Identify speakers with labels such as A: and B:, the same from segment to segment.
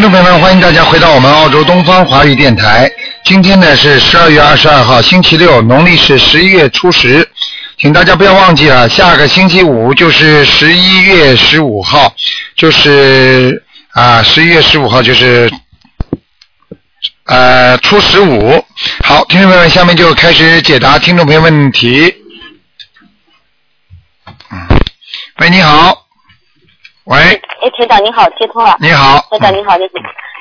A: 众朋友们，欢迎大家回到我们澳洲东方华语电台。今天呢是十二月二十二号，星期六，农历是十一月初十。请大家不要忘记了，下个星期五就是十一月十五号，就是啊，十一月十五号就是呃初十五。好，听众朋友们，下面就开始解答听众朋友问题。嗯，喂，你好，喂，
B: 哎，台长您好，接通了。
A: 你好，
B: 台长您好，就是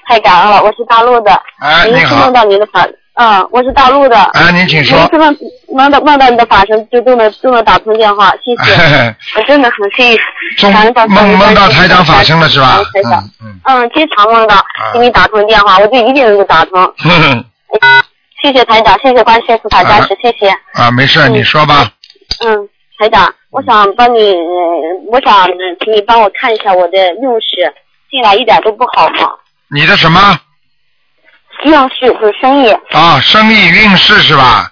B: 太感恩了，我是大陆的。
A: 哎，
B: 第
A: 你
B: 一次
A: 好
B: 梦，到您的法，嗯，我是大陆的。
A: 哎，您请
B: 第
A: 说
B: 一。次梦梦到梦到你的法身，就都能都能打通电话，谢谢， 我真的很幸运。
A: 中
B: 感恩到台
A: 梦
B: 长
A: 梦到台长法身了是吧
B: 感恩？台长，
A: 嗯啊
B: 嗯，经常梦到给你打通电话，我就一定能够打通。
A: 嗯，
B: 谢谢台长，谢谢观世音菩萨加持，谢谢。
A: 啊，没事儿，
B: 嗯
A: 你说吧。
B: 嗯，台长，我想帮你，呃我想请你帮我看一下我的运势，近来一点都不好嘛。
A: 你的什么
B: 运势就是生意，
A: 啊？生意运势是吧？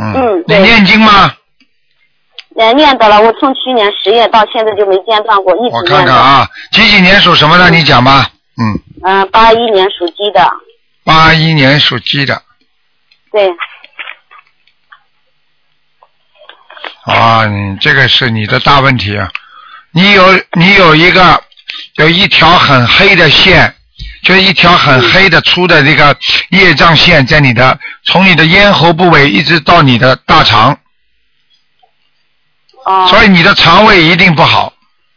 A: 嗯
B: 嗯，
A: 你
B: 对
A: 念经吗？
B: 呃，念叨了，我从去年十月到现在就没间断过，一
A: 我
B: 直
A: 看
B: 念
A: 看
B: 叨。
A: 啊，几几年属什么的？你讲吧。嗯，
B: 嗯，八一年属鸡的，
A: 八一年属鸡的
B: 对，
A: 啊，你这个是你的大问题啊。你有你有一个有一条很黑的线，就是一条
B: 嗯
A: 很黑的粗的这个业障线，在你的从你的咽喉部位一直到你的大肠，
B: 哦，
A: 所以你的肠胃一定不好。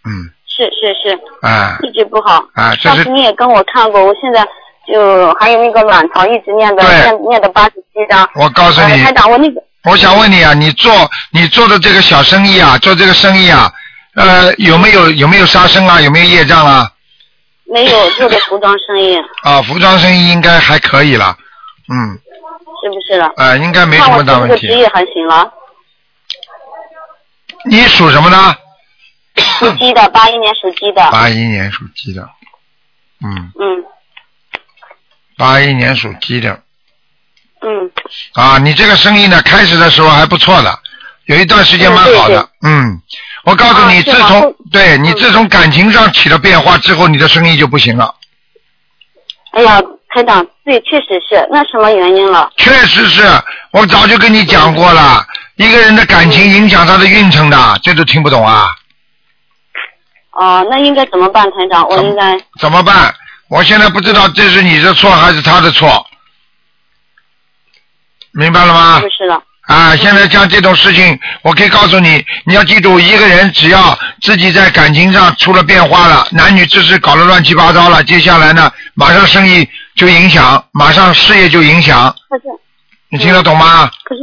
A: 嗯，
B: 是是是，
A: 啊
B: 一直不好。
A: 啊，这
B: 上
A: 是
B: 次你也跟我看过，我现在就还有那个卵巢一直念叨，
A: 对
B: 念念叨八十七张。
A: 我告诉
B: 呃
A: 你
B: 台，长，我那个
A: 我想问你啊，你做你做的这个小生意啊，做这个生意啊，呃，有没有有没有杀生啊？有没有业障啊？
B: 没有做的服装生意，
A: 啊，服装生意应该还可以了，嗯，
B: 是不是了？
A: 呃，应该没什
B: 看我
A: 么大
B: 这
A: 问
B: 个职
A: 题。
B: 业还行了，
A: 你属什么呢？
B: 属鸡的，八一年属鸡的，
A: 八一年属鸡的，嗯，
B: 嗯
A: 八一年属鸡的
B: 嗯，
A: 啊，你这个生意呢，开始的时候还不错的，有一段时间蛮好的，嗯。我告诉你，
B: 啊是
A: 自
B: 吗
A: 从
B: 后
A: 对你自从感情上起了变化之后，你的生意就不行了。
B: 哎呀，台长，对，确实是，那什么原因了？
A: 确实是我早就跟你讲过了，一个人的感情影响他的运程的，这都听不懂啊？
B: 哦、那应该怎么办，台长？我
A: 怎么
B: 应该
A: 怎么办？我现在不知道这是你的错还是他的错，明白了吗
B: 是不？是了？
A: 啊，现在像这种事情，我可以告诉你，你要记住，一个人只要自己在感情上出了变化了，男女之事搞得乱七八糟了，接下来呢，马上生意就影响，马上事业就影响，
B: 可是
A: 你听得懂吗？
B: 可是，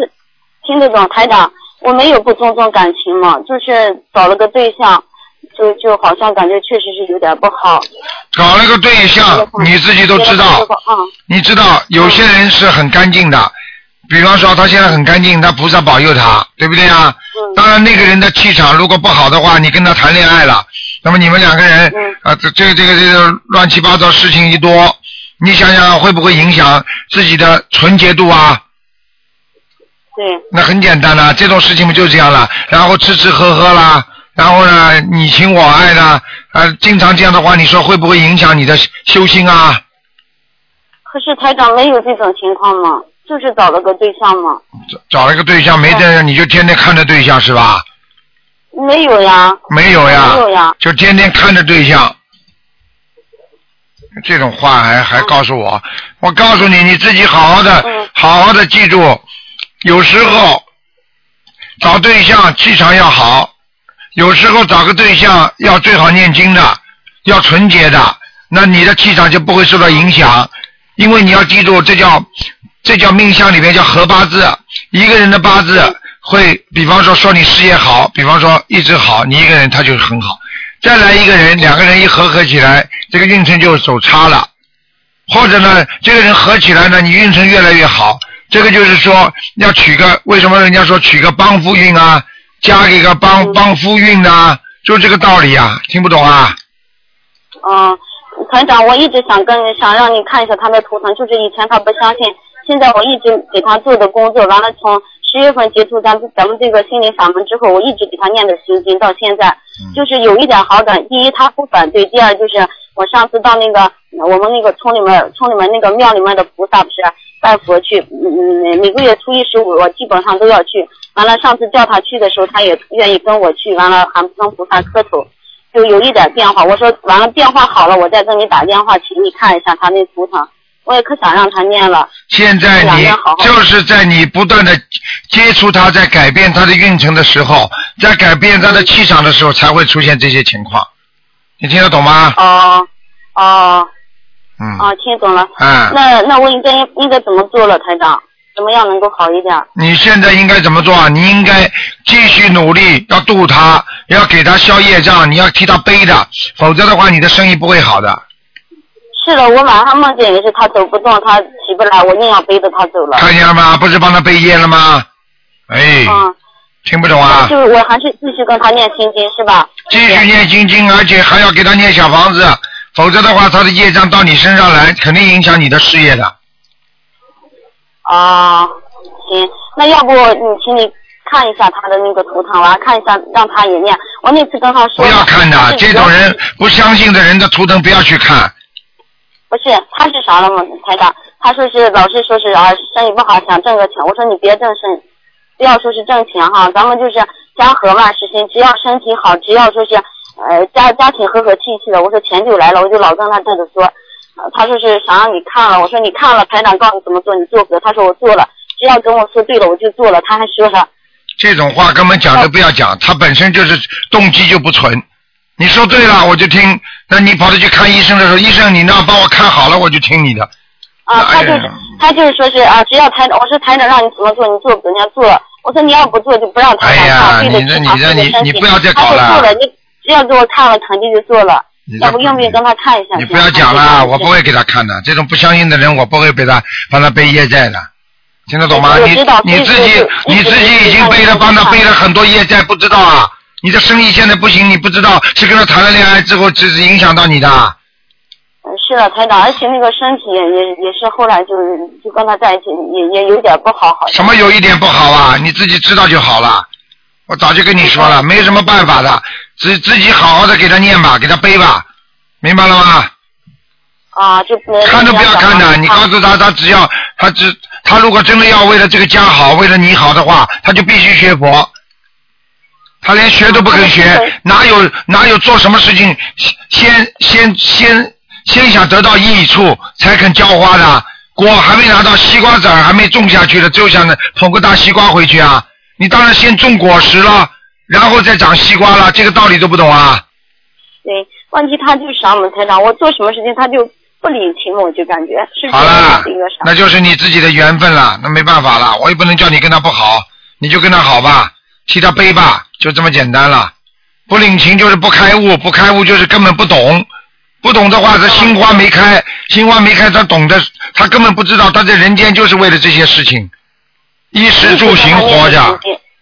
B: 听得懂台长，我没有不尊重感情嘛，就是找了个对象，就就好像感觉确实是有点不好。
A: 搞了个对象，你自己都知道
B: 别的，不好嗯，
A: 你知道有些人是很干净的，比方说他现在很干净，他菩萨保佑他，对不对啊？
B: 嗯
A: 当然，那个人的气场如果不好的话，你跟他谈恋爱了，那么你们两个人
B: 嗯
A: 啊，这这个这个这个乱七八糟事情一多，你想想会不会影响自己的纯洁度啊？
B: 对，
A: 那很简单啦、啊这种事情不就这样了？然后吃吃喝喝啦，然后呢你情我爱啦，啊，经常这样的话，你说会不会影响你的修心啊？
B: 可是台长没有这种情况嘛，就是找了个对象嘛，
A: 找找了个对象没对象，你就天天看着对象是吧？
B: 没有呀，
A: 没有呀，
B: 没有呀
A: 就天天看着对象。这种话还还告诉我，我告诉你，你自己好好的
B: 嗯，
A: 好好的记住，有时候找对象气场要好，有时候找个对象要最好念经的，要纯洁的，那你的气场就不会受到影响，因为你要记住，这叫这叫命相里面叫合八字，一个人的八字会，比方说说你事业好，比方说一直好，你一个人他就很好，再来一个人，两个人一合合起来，这个运程就走差了，或者呢，这个人合起来呢，你运程越来越好，这个就是说要娶个，为什么人家说娶个帮夫运啊，嫁给个帮
B: 嗯
A: 帮夫运啊，就这个道理啊，听不懂啊？
B: 嗯，团长，我一直想跟想让你看一下他的图腾，就是以前他不相信，现在我一直给他做的工作，完了从十月份接触咱们咱们这个心灵法门之后，我一直给他念的心经，到现在就是有一点好转。第一，他不反对；第二，就是我上次到那个我们那个村里面村里面那个庙里面的菩萨不是拜佛去，嗯嗯，每个月初一十五我基本上都要去。完了上次叫他去的时候，他也愿意跟我去，完了还跟菩萨磕头，就有一点变化。我说完了变化好了，我再跟你打电话，请你看一下他那图腾。我也可想让他念 了。
A: 现在
B: 两
A: 你
B: 个好好
A: 就是在你不断的接触它，在改变它的运程的时候，在改变
B: 嗯
A: 它的气场的时候，才会出现这些情况。你听得懂吗？
B: 哦哦
A: 嗯，
B: 哦，听懂了。
A: 哎，
B: 那那我应该应该怎么做了，台长？怎么样能够好一点？
A: 你现在应该怎么做啊？你应该继续努力，要度它，要给它消业障，你要替它背的，否则的话，你的生意不会好的。
B: 是的，我晚上梦见也是他走不动，他起不来，我硬要背着他走了。
A: 看见了吗？不是帮他背业了吗？哎，
B: 嗯，
A: 听不懂
B: 那
A: 啊？
B: 就是我还是继续跟他念心经是吧？
A: 继续念心经，而且还要给他念小房子，否则的话，他的业障到你身上来，肯定影响你的事业的。
B: 啊，行，那要不你请你看一下他的那个图腾啊，看一下让他也念。我那次跟他说
A: 不
B: 了，
A: 要看
B: 他
A: 的，
B: 是
A: 这种人不相信的人的图腾不要去看。
B: 不是他是啥了吗？台长，他说是老是说是啊生意不好想挣个钱，我说你别挣生，不要说是挣钱哈，咱们就是家和万事兴，只要身体好，只要说是呃家家庭和和气气的，我说钱就来了，我就老跟他这个说，呃他说是想让你看了，我说你看了，台长告诉你怎么做，你做不了，他说我做了，只要跟我说对了，我就做了，他还说了。
A: 这种话根本讲都不要讲，他本身就是动机就不纯。你说对了，我就听；那你跑着去看医生的时候，医生你那帮我看好了，我就听你的。
B: 啊，他就
A: 哎
B: 是
A: 呀
B: 他就是说是啊，只要台长，我说台长让你怎么做，你做不，人家做了。我说你要不做就不让台
A: 哎
B: 长
A: 呀
B: 看，对得
A: 你这
B: 起他对得
A: 你这你
B: 起身体。
A: 你不要再搞了
B: 他说做了，你只要给我看了，肯定就做了。
A: 你这
B: 要不用不用跟他看一下？
A: 你不要讲了，我不会给他看的。这种不相信的人，我不会被他帮他背业债的，听得懂吗？
B: 我
A: 你
B: 知道所
A: 你
B: 以
A: 自
B: 说
A: 己
B: 就
A: 你
B: 一直
A: 自己已经背了帮他背了很多业债，不知道啊？你的生意现在不行，你不知道是跟他谈了恋爱之后，只是影响到你的。
B: 嗯。是的，台长，而且那个身体也也也是后来就是就跟他在一起也也有点不好，好像
A: 什么有一点不好啊？你自己知道就好了。我早就跟你说了，没什么办法的，自自己好好的给他念吧，给他背吧，明白了吗？
B: 啊，就没
A: 看都不要看的，你告诉他，他只要他只他如果真的要为了这个家好，为了你好的话，他就必须学佛。他连学都不肯学， 哪有哪有做什么事情先先先先想得到益处才肯浇花的？果还没拿到，西瓜籽儿还没种下去的，就想着捧个大西瓜回去啊！你当然先种果实了，然后再长西瓜了，这个道理都不懂啊？
B: 对，问题他就是啥嘛，台长，我做什么事情他就不领情，我就感觉是不
A: 好
B: 是
A: 啦
B: 那个啥？，
A: 那就是你自己的缘分了，那没办法了，我也不能叫你跟他不好，你就跟他好吧，替他背吧，就这么简单了。不领情就是不开悟，不开悟就是根本不懂，不懂的话，这心花没开，心花没开，他懂得，他根本不知道他在人间就是为了这些事情，衣食住行活着，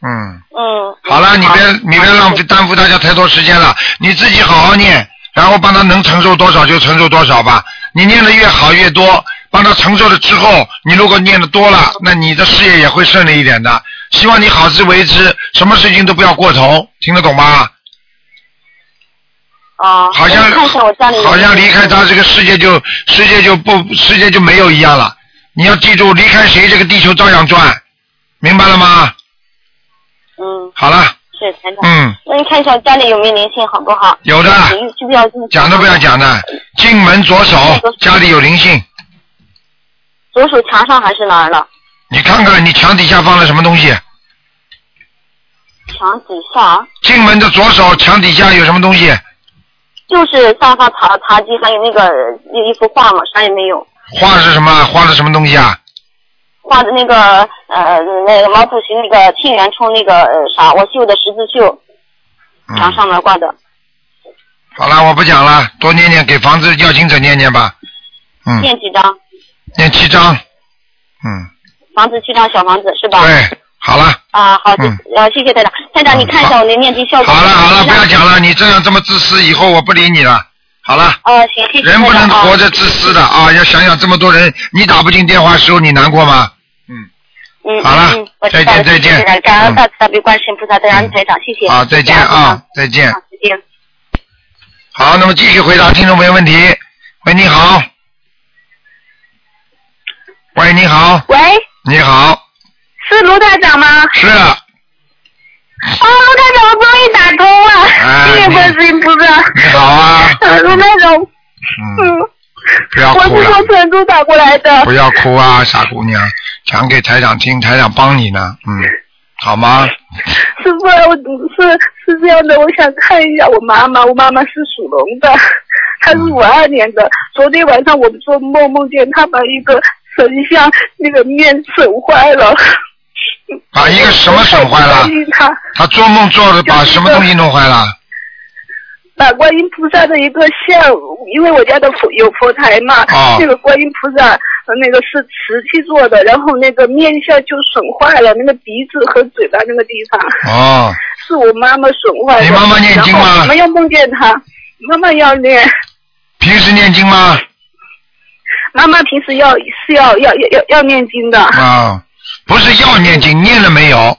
A: 嗯。
B: 嗯，
A: 好了，你别你别浪费耽误大家太多时间了，你自己好好念，然后帮他能承受多少就承受多少吧。你念的越好越多，帮他承受了之后，你如果念的多了，那你的事业也会顺利一点的。希望你好自为之，什么事情都不要过头，听得懂吗？
B: 啊，
A: 好像
B: 我看一下我家里有没有，
A: 好像离开他这个世界就世界就不世界就没有一样了。你要记住，离开谁这个地球照样转，明白了吗？
B: 嗯，
A: 好了，
B: 是台长。
A: 嗯，
B: 那你看一下我家里有没有灵性，好不好？
A: 有的。
B: 你需不需要进行
A: 讲都不要。讲的，进门左手，家里有灵性，
B: 左手墙上还是哪儿了？
A: 你看看你墙底下放了什么东西？
B: 墙底下啊
A: 进门的左手墙底下有什么东西？
B: 就是沙发爬茶几，还有那个一一幅画嘛，啥也没有。
A: 画是什么？画了什么东西啊？
B: 画的那个呃那个毛主席那个沁园春那个呃啥，我绣的十字绣，墙
A: 嗯，
B: 上面挂的。
A: 好了，我不讲了，多念念，给房子要经者念念吧。嗯，
B: 念几张？
A: 念七张。嗯，
B: 房子七张小房子是吧？
A: 对，好了，
B: 啊，好，谢
A: 嗯
B: 呃，谢谢台长。台长，
A: 嗯
B: 你看一下我的面积效果。
A: 好了好了，不要
B: 台长。
A: 讲了，你这样这么自私，以后我不理你了。好了，
B: 哦，行，谢谢台长。
A: 人不能
B: 啊
A: 活着自私的啊！要想想这么多人，你打不进电话的时候，你难过吗？
B: 嗯，
A: 好了
B: 嗯嗯我知道
A: 再见再见
B: 谢谢台长感
A: 嗯
B: 恩大慈大悲观世音菩萨，再让台长，谢谢。
A: 好，再见
B: 谢谢
A: 啊，再见。
B: 好，再见。
A: 好，那么继续回答听众朋友问题。喂，你好。喂，你好，
C: 喂，
A: 你好，
C: 是卢台长吗？
A: 是，
C: 哦，卢台长，我终于打通
A: 啊
C: 了，谢谢
A: 你
C: 观世音菩萨。
A: 你好啊，
C: 呃卢台长，
A: 嗯，
C: 嗯，
A: 不要
C: 我
A: 哭
C: 是
A: 了，
C: 从成都打过来的。
A: 不要哭啊，傻姑娘，讲给台长听，台长帮你呢，嗯，好吗？
C: 师傅，我嗯是是这样的，我想看一下我妈妈，我妈妈是属龙的，她
A: 嗯
C: 是五二年的。昨天晚上我做梦，梦见她把一个神像那个面损坏了。
A: 把一个什么损坏了
C: 我太担？心她
A: 他做梦做的把什么东西弄坏了？
C: 把观音菩萨的一个像，因为我家的佛有佛台嘛，
A: 哦
C: 那个观音菩萨呃那个是瓷器做的，然后那个面相就损坏了，那个鼻子和嘴巴那个地方
A: 哦，
C: 是我妈妈损坏的。
A: 你妈妈念经吗
C: 然后我们要梦见她，妈妈要念，
A: 平时念经吗？
C: 妈妈平时要是要要要要要念经的，
A: 啊，不是要念经，念了没有？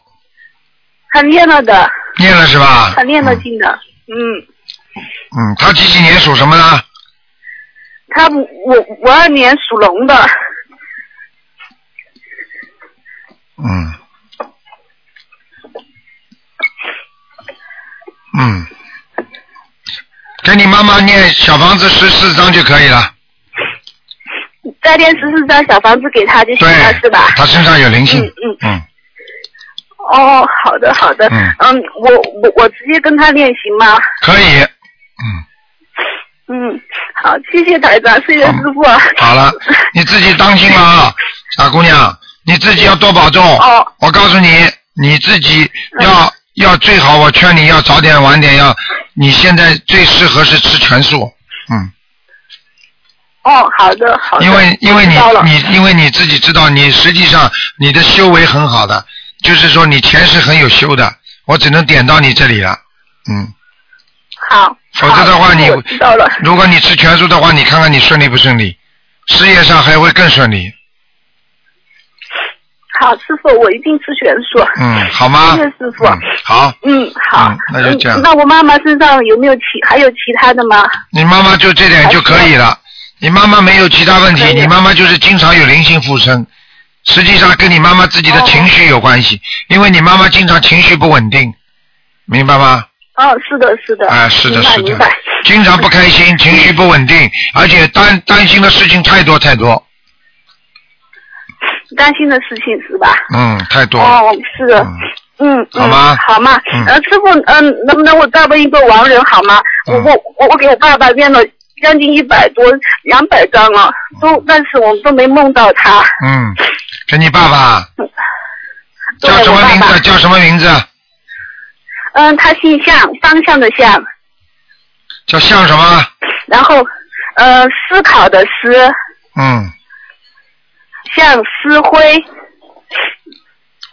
C: 她念了的，
A: 念了是吧？
C: 她念了经
A: 啊
C: 的，嗯。
A: 嗯，他几几年属什么呢？
C: 她五五五二年属龙的，
A: 嗯，嗯，给你妈妈念小房子十四章就可以了。
C: 再念十四张小房子给她就行
A: 对
C: 了，是吧？，
A: 他身上有灵性
C: 嗯。嗯。
A: 嗯，
C: 哦，好的好的，
A: 嗯
C: 我我我直接跟他练习吗？
A: 可以。嗯，
C: 嗯，好，谢谢台长，谢谢师傅。
A: 好了，你自己当心了啊，傻姑娘，你自己要多保重。
C: 哦，嗯
A: 我告诉你，你自己要、要最好，我劝你要早点晚点要，你现在最适合是吃全素，嗯，
C: 哦，好的好的。
A: 因为因为你
C: 知道了
A: 你因为你自己知道，你实际上你的修为很好的，就是说你前世很有修的，我只能点到你这里了，嗯，
C: 好，
A: 否则的话
C: 好
A: 你
C: 我知道了。
A: 如果你吃全素的话，你看看你顺利不顺利，事业上还会更顺利，
C: 好，师傅，我一定吃全素。
A: 嗯，好吗？
C: 谢谢师傅。
A: 嗯，好，
C: 嗯，好
A: 嗯，那就这样
C: 嗯那我妈妈身上有没有其还有其他的吗？
A: 你妈妈就这点就可以了。你妈妈没有其他问题
C: 可，以
A: 你妈妈就是经常有灵性附身，实际上跟你妈妈自
C: 哦
A: 己的情绪有关系，因为你妈妈经常情绪不稳定，明白吗？
C: 哦，是的，是的。
A: 啊，是的，
C: 明白
A: 是
C: 明
A: 的
C: 白。，
A: 经常不 开心，情绪不稳定，而且担担心的事情太多太多，
C: 担心的事情是吧？
A: 嗯，太多了，
C: 哦，是的。
A: 嗯，
C: 嗯，
A: 好吗
C: 嗯好嘛，
A: 嗯
C: 呃，师傅，嗯，能不能我再问一个亡人好吗？我
A: 嗯
C: 我我我给我爸爸念了将近一百多两百张了，都但是我都没梦到他。
A: 嗯，是你爸爸
C: 对
A: 叫什
C: 我
A: 么
C: 爸
A: 名
C: 爸
A: 字？，叫什么名字？
C: 嗯，他姓向，方向的向，
A: 叫像什么？
C: 然后呃，思考的思，
A: 嗯，
C: 向思辉，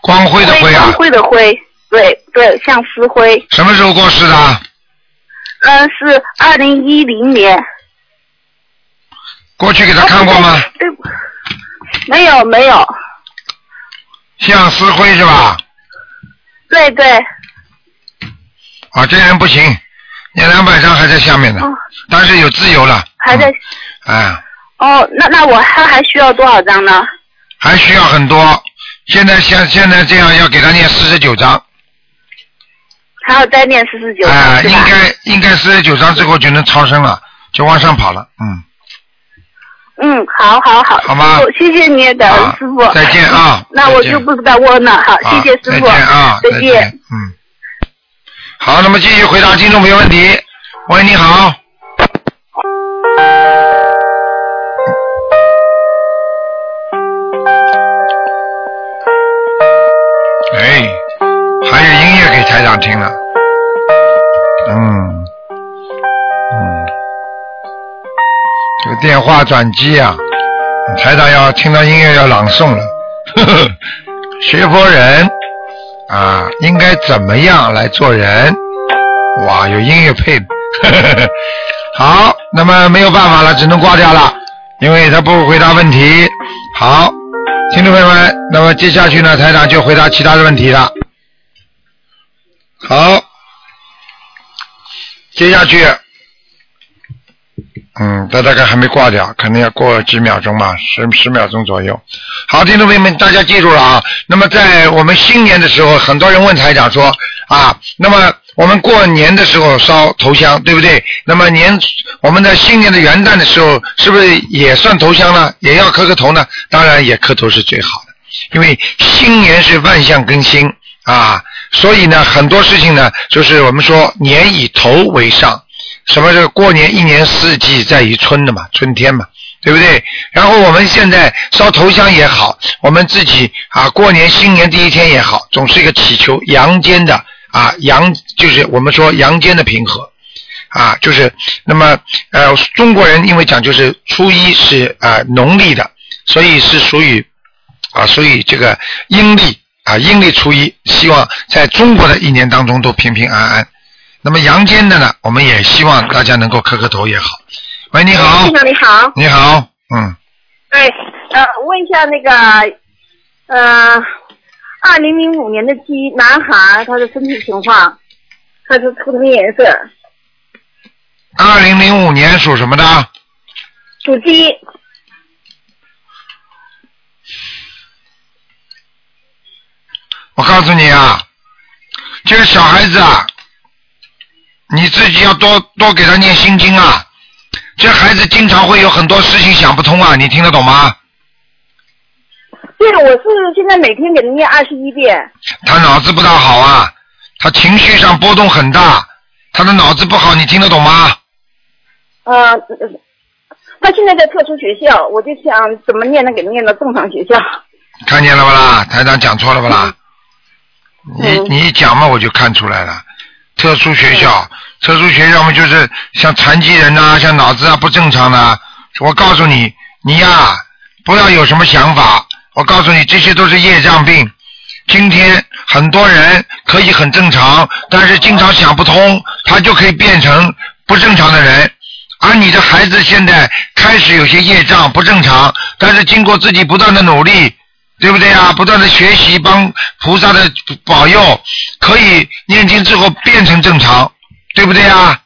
A: 光辉的辉
C: 光
A: 啊，
C: 辉的辉，对对，向思辉，
A: 什么时候过世的啊？
C: 嗯、是二零一零年。
A: 过去给他看过吗？
C: 哦对？对没有没有，
A: 像思辉是吧？
C: 对对，
A: 啊，这人不行，念两百张还在下面呢，
C: 哦，
A: 但是有自由了。
C: 还在
A: 嗯。哎，
C: 哦，那那我还还需要多少张呢？
A: 还需要很多。现在像现在这样，要给他念四十九章，
C: 还要再念四十九
A: 哎，
C: 是
A: 应
C: 吧？
A: 该应该四十九章之后就能超生了，就往上跑了，嗯，
C: 嗯，好好好，
A: 好吗
C: 师傅谢谢你的、
A: 啊
C: 师傅。嗯
A: 再见啊
C: 那我
A: 再见
C: 就不再问了，好，
A: 啊
C: 谢谢师
A: 再
C: 傅，
A: 见啊，
C: 再
A: 再见，嗯，好，那么继续回答听众朋友问题。喂，你好，哎，还有音乐给台长听了，嗯，嗯，这个电话转机啊，台长要听到音乐要朗诵了， 呵呵，学佛人啊，应该怎么样来做人？哇，有音乐配， 呵呵呵好，那么没有办法了，只能挂掉了，因为他不回答问题。好，听众朋友们，那么接下去呢，台长就回答其他的问题了。好，接下去嗯，他大概还没挂掉，可能要过几秒钟吧，十十秒钟左右。好，听众朋友们，大家记住了啊。那么在我们新年的时候，很多人问台长说啊，那么我们过年的时候烧头香，对不对？那么年我们的新年的元旦的时候，是不是也算头香呢？也要磕个头呢？当然也磕头是最好的，因为新年是万象更新啊，所以呢，很多事情呢，就是我们说年以头为上。什么是过年一年四季在于春的嘛，春天嘛，对不对？然后我们现在烧头香也好，我们自己啊过年新年第一天也好，总是一个祈求阳间的啊阳，就是我们说阳间的平和啊，就是那么呃中国人因为讲就是初一是啊、呃农历的，所以是属于啊属于这个阴历啊阴历初一，希望在中国的一年当中都平平安安。那么阳间的呢，我们也希望大家能够磕磕头也好。喂，哎你好
C: 先，哎生你好，
A: 你好，嗯，
C: 哎，呃，问一下那个，呃，二零零五年的鸡男孩，他的身体情况，他的图腾颜色，
A: 二零零五年属什么的？
C: 属鸡，
A: 我告诉你啊，这个小孩子啊，你自己要多多给他念心经啊。这孩子经常会有很多事情想不通啊，你听得懂吗？
C: 对，我是现在每天给他念二十一遍，
A: 他脑子不大好啊，他情绪上波动很大，他的脑子不好，你听得懂吗？
C: 呃，呃他现在在特殊学校，我就想怎么念能给他念到正常学校，
A: 看见了不啦？台长讲错了不啦？你
C: 嗯
A: 你一讲嘛，我就看出来了。特殊学校，
C: 嗯
A: 特殊学校嘛，就是像残疾人呐、像脑子啊不正常的啊。我告诉你，你呀、不要有什么想法。我告诉你，这些都是业障病。今天很多人可以很正常，但是经常想不通，他就可以变成不正常的人。而你的孩子现在开始有些业障不正常，但是经过自己不断的努力，对不对啊？不断的学习，帮菩萨的保佑，可以念经之后变成正常，对不对啊？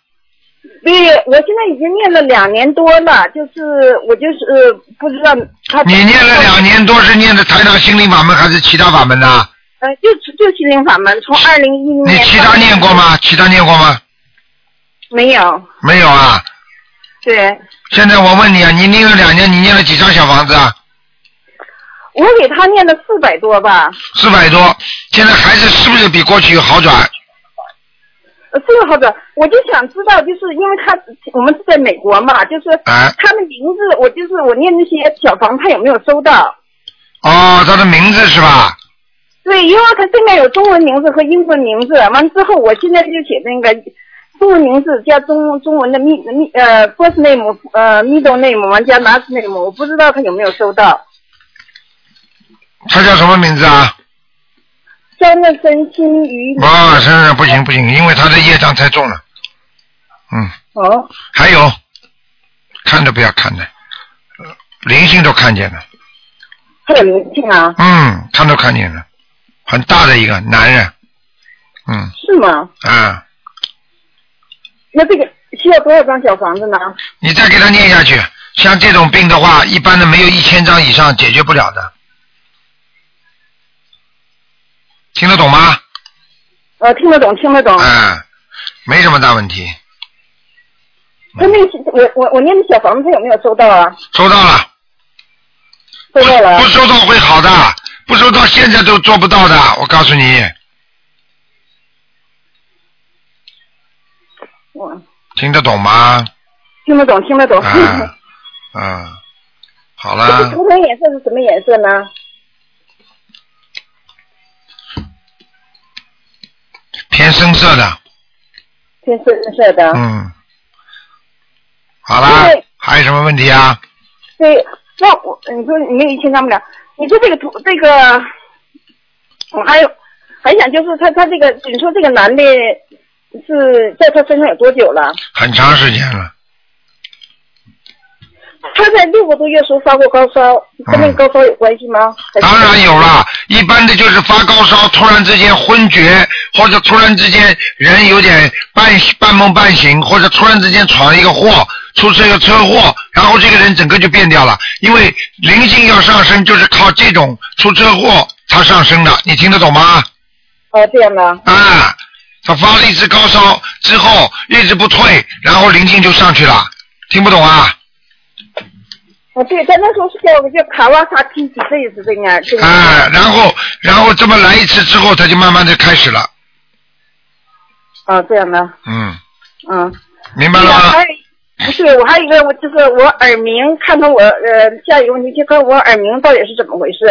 C: 对，我现在已经念了两年多了，就是我就是、呃不知道他
A: 你念了两年多是念的台长心灵法门还是其他法门呢？
C: 呃，就就心灵法门，从二零一零
A: 你
C: 年
A: 其他念过吗？其他念过吗？
C: 没有？
A: 没有啊。
C: 对，
A: 现在我问你啊，你念了两年，你念了几张小房子啊？
C: 我给他念了四百多吧，
A: 四百多。现在还是是不是比过去有好转？
C: 呃这个好转。我就想知道，就是因为他我们是在美国嘛，就是
A: 哎
C: 他的名字，我就是我念那些小房，他有没有收到？
A: 哦，他的名字是吧？
C: 对，因为他现在有中文名字和英文名字，完之后，我现在就写那个中文名字加中中文的 mid mid 呃 first name 呃 middle name 完加 last name，我不知道他有没有收到。
A: 他叫什么名字啊？
C: 江的真心于你
A: 啊、哦，是不行不行，因为他的业障太重了。嗯。
C: 哦，
A: 还有，看都不要看的，呃灵性都看见了，
C: 他有灵性啊？
A: 嗯，看都看见了，很大的一个男人，嗯
C: 是吗？
A: 啊，
C: 那这个需要多少张小房子呢？
A: 你再给他念下去，像这种病的话，一般的没有一千张以上解决不了的，听得懂吗？
C: 呃，听得懂，听得懂。
A: 啊，没什么大问题，
C: 他那个我我我念的小房子，他有没有收到啊？
A: 收到了，
C: 收到了
A: 不。收到会好的，不收到现在都做不到的，我告诉你，
C: 我
A: 听得懂吗？
C: 听得懂，听得懂。
A: 啊啊，好
C: 这个
A: 了，
C: 图腾颜色是什么颜色呢？
A: 偏深色的，
C: 偏深色的。
A: 嗯，好啦
C: 对，
A: 还有什么问题啊？
C: 对，那我你说你没有一千张不了，你说这个图这个，我还有还想就是他他这个你说这个男的是在他身上有多久了？
A: 很长时间了，
C: 他在六个多月时候发过高烧，跟那个高烧有关系吗？还是
A: 嗯当然有了，一般的就是发高烧，突然之间昏厥，或者突然之间人有点半半梦半醒，或者突然之间闯一个祸，出这个车祸，然后这个人整个就变掉了。因为灵性要上升，就是靠这种出车祸它上升的，你听得懂吗？
C: 哦，这样的。
A: 啊，他发了一次高烧之后一直不退，然后灵性就上去了，听不懂啊？
C: 哦，对，在那时候是叫叫卡瓦萨提奇这一次这个这个。
A: 啊，然后然后这么来一次之后，他就慢慢的开始了，
C: 哦，这样的，
A: 嗯，
C: 嗯。
A: 明白了吗？
C: 还有不是，我还有一个，我就是我耳鸣，看看我呃，下一个问题，就看我耳鸣到底是怎么回事。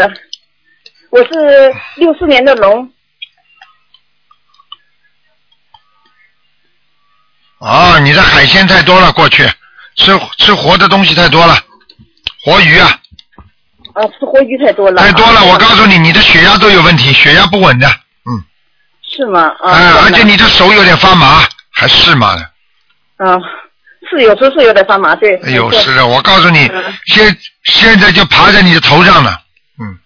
C: 我是六四年的龙，
A: 啊，你的海鲜太多了，过去吃吃活的东西太多了，活鱼啊
C: 啊，吃活鱼太多了。
A: 太多了。我告诉你，你的血压都有问题，血压不稳的，嗯，
C: 是吗？啊，
A: 哎、而且
C: 你
A: 你的手有点发麻，还是麻呢？
C: 啊，是有时候是有点发麻，对。
A: 哎呦，
C: 对
A: 是的，我告诉你，现现在就爬在你的头上了，嗯，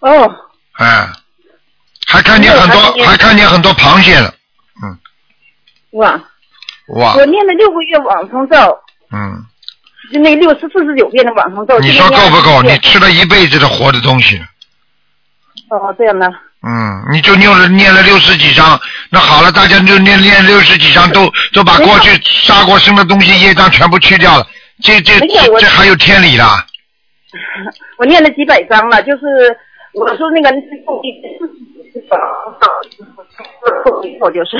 C: 哦，
A: 哎，还看见很
C: 哎呦还看
A: 多，
C: 见
A: 还看见很多螃蟹了，
C: 哇！
A: 哇
C: 我，念了六个月往生咒，
A: 嗯，
C: 就那六十四十九遍的往生咒。
A: 你
C: 这
A: 说
C: 个念了
A: 够不够？
C: 六
A: 你吃了一辈子的活的东西，
C: 哦，这样的。
A: 嗯，你就念了念了六十几章，那好了，大家就念念六十几章，都都把过去杀过生的东西业障全部去掉了，这这
C: 没有
A: 这
C: 我
A: 这还有天理啦？
C: 我念了几百章了，就是我说 那个后以后就是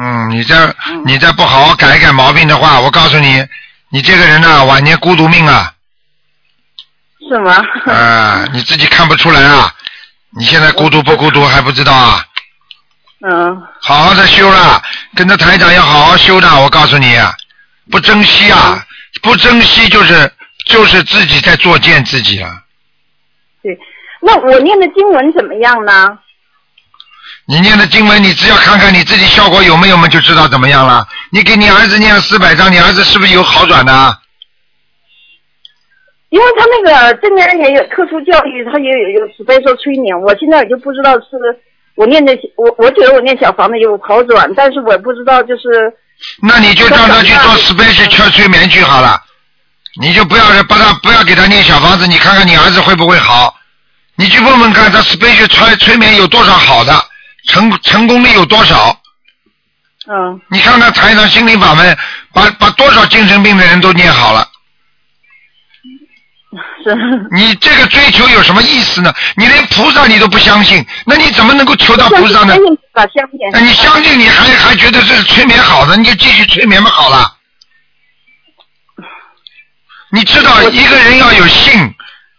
A: 嗯，你再你再不好好改一改毛病的话，我告诉你，你这个人呐、晚年孤独命啊，
C: 是吗？
A: 啊、你自己看不出来啊，你现在孤独不孤独还不知道啊？
C: 嗯，
A: 好好的修啦，跟着台长要好好修的，我告诉你，啊不珍惜啊，不珍惜就是就是自己在作践自己了。
C: 对。那我念的经文怎么样呢？
A: 你念的经文，你只要看看你自己效果有没有嘛，就知道怎么样了。你给你儿子念了四百章，你儿子是不是有好转啊呢？
C: 因为他那个这边也有特殊教育，他也有有慈悲说催眠，我现在也就不知道是我念的，我我觉得我念小房子有好转，但是我不知道就是
A: 那你就让他去做
C: 那
A: special 催催眠去好了，你就不要帮他不要给他念小房子，你看看你儿子会不会好？你去问问看他 special 催催眠有多少好的，成成功率有多少？
C: 嗯
A: 你看看台上心灵法门，把把多少精神病的人都念好了。
C: 是
A: 你这个追求有什么意思呢？你连菩萨你都不相信，那你怎么能够求到菩萨呢
C: 相？信吧，相信。
A: 那你相信你还还觉得这是催眠好的，你就继续催眠吧，好了。你知道一个人要有信，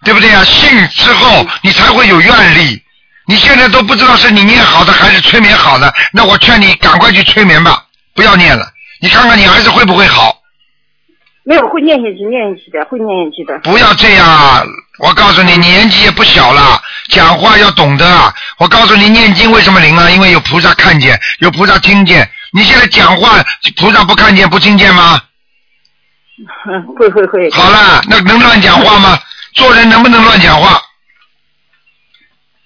A: 对不对啊？信之后你才会有愿力。你现在都不知道是你念好的还是催眠好的，那我劝你赶快去催眠吧，不要念了。你看看你儿子会不会好？
C: 没有会念下去，念下去的，会念下去的。
A: 不要这样啊！我告诉你，你年纪也不小了，讲话要懂得啊！我告诉你，念经为什么灵啊？因为有菩萨看见，有菩萨听见。你现在讲话，菩萨不看见不听见吗？
C: 嗯， 会会会。
A: 好了，那能乱讲话吗？做人能不能乱讲话？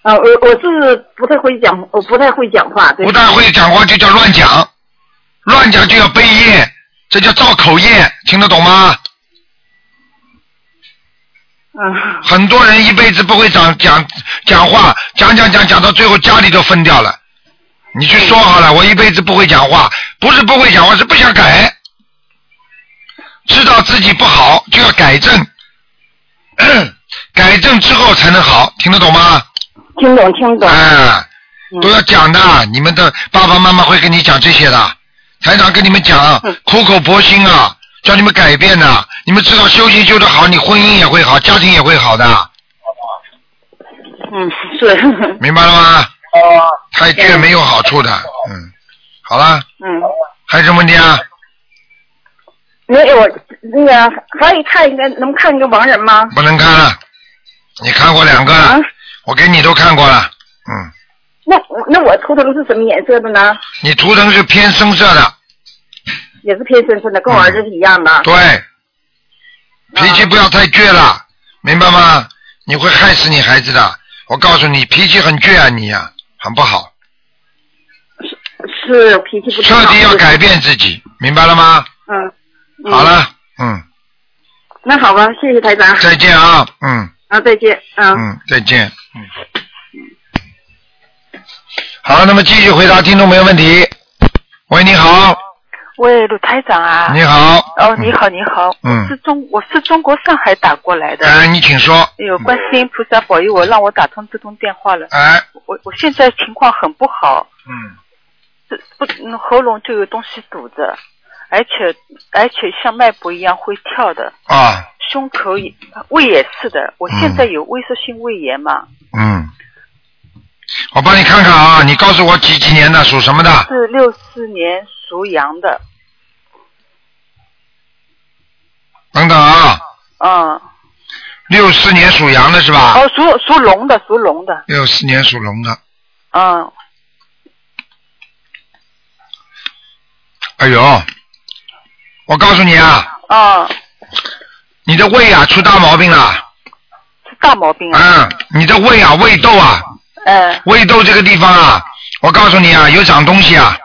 C: 啊，我我是不太会讲，我不太会讲话，对
A: 不。大会讲话就叫乱讲，乱讲就要背业，这叫造口业，听得懂吗？
C: 啊，
A: 很多人一辈子不会讲讲讲话，讲讲讲讲到最后家里都分掉了。你去说好了，我一辈子不会讲话，不是不会讲话，是不想改。知道自己不好就要改正， 改正之后才能好，听得懂吗？
C: 听懂听懂。
A: 哎、
C: 嗯
A: 都要讲的，你们的爸爸妈妈会跟你讲这些的。台长跟你们讲啊
C: 嗯，
A: 苦口婆心啊，叫你们改变呐、你们知道修行修得好，你婚姻也会好，家庭也会好的。
C: 嗯，是。
A: 明白了吗？太倔没有好处的，嗯，好了，
C: 嗯，
A: 还有什么问题啊？
C: 没有那个还有看一个，能看一个亡人吗？
A: 不能看了，你看过两个了，
C: 啊，
A: 我给你都看过了，嗯，
C: 那我那我图腾是什么颜色的呢？
A: 你图腾是偏深色的，
C: 也是偏深色的，跟我儿子是一样的。
A: 对，脾气不要太倔了，明白吗？你会害死你孩子的，我告诉你，脾气很倔啊，你呀、很不好，
D: 是脾气不太
A: 彻
D: 好
A: 底要改。变自己，明白了吗？
D: 嗯，嗯
A: 好。了，嗯，
D: 那好吧，谢谢台长。
A: 再见啊，嗯
D: 啊，再见。嗯。
A: 嗯，再见，嗯。好，那么继续回答听众朋友问题。喂，你好，
E: 喂，鲁台长啊。
A: 你好。
E: 哦，你好，你好。
A: 嗯
E: 我是中，我是中国上海打过来的。
A: 哎，你请说。
E: 有观世音菩萨保佑我，让我打通这通电话了。
A: 哎，
E: 我我现在情况很不好，
A: 嗯，
E: 这不嗯喉咙就有东西堵着，而且而且像脉搏一样会跳的，
A: 啊，
E: 胸口也胃也是的。我现在有萎缩性胃炎嘛，
A: 嗯，我帮你看看啊，你告诉我几几年的，属什么的？
E: 是六四年属羊的，
A: 等等啊，
E: 嗯，
A: 六四年属羊的是吧？
E: 哦，属属龙的，属龙的，
A: 六四年属龙的，
E: 嗯，
A: 哎呦，我告诉你啊，
E: 哦，
A: 你的胃啊出大毛病了，
E: 是大毛病啊，
A: 嗯，你的胃啊胃窦啊，
E: 哎、
A: 胃窦这个地方啊，我告诉你啊，有长东西啊，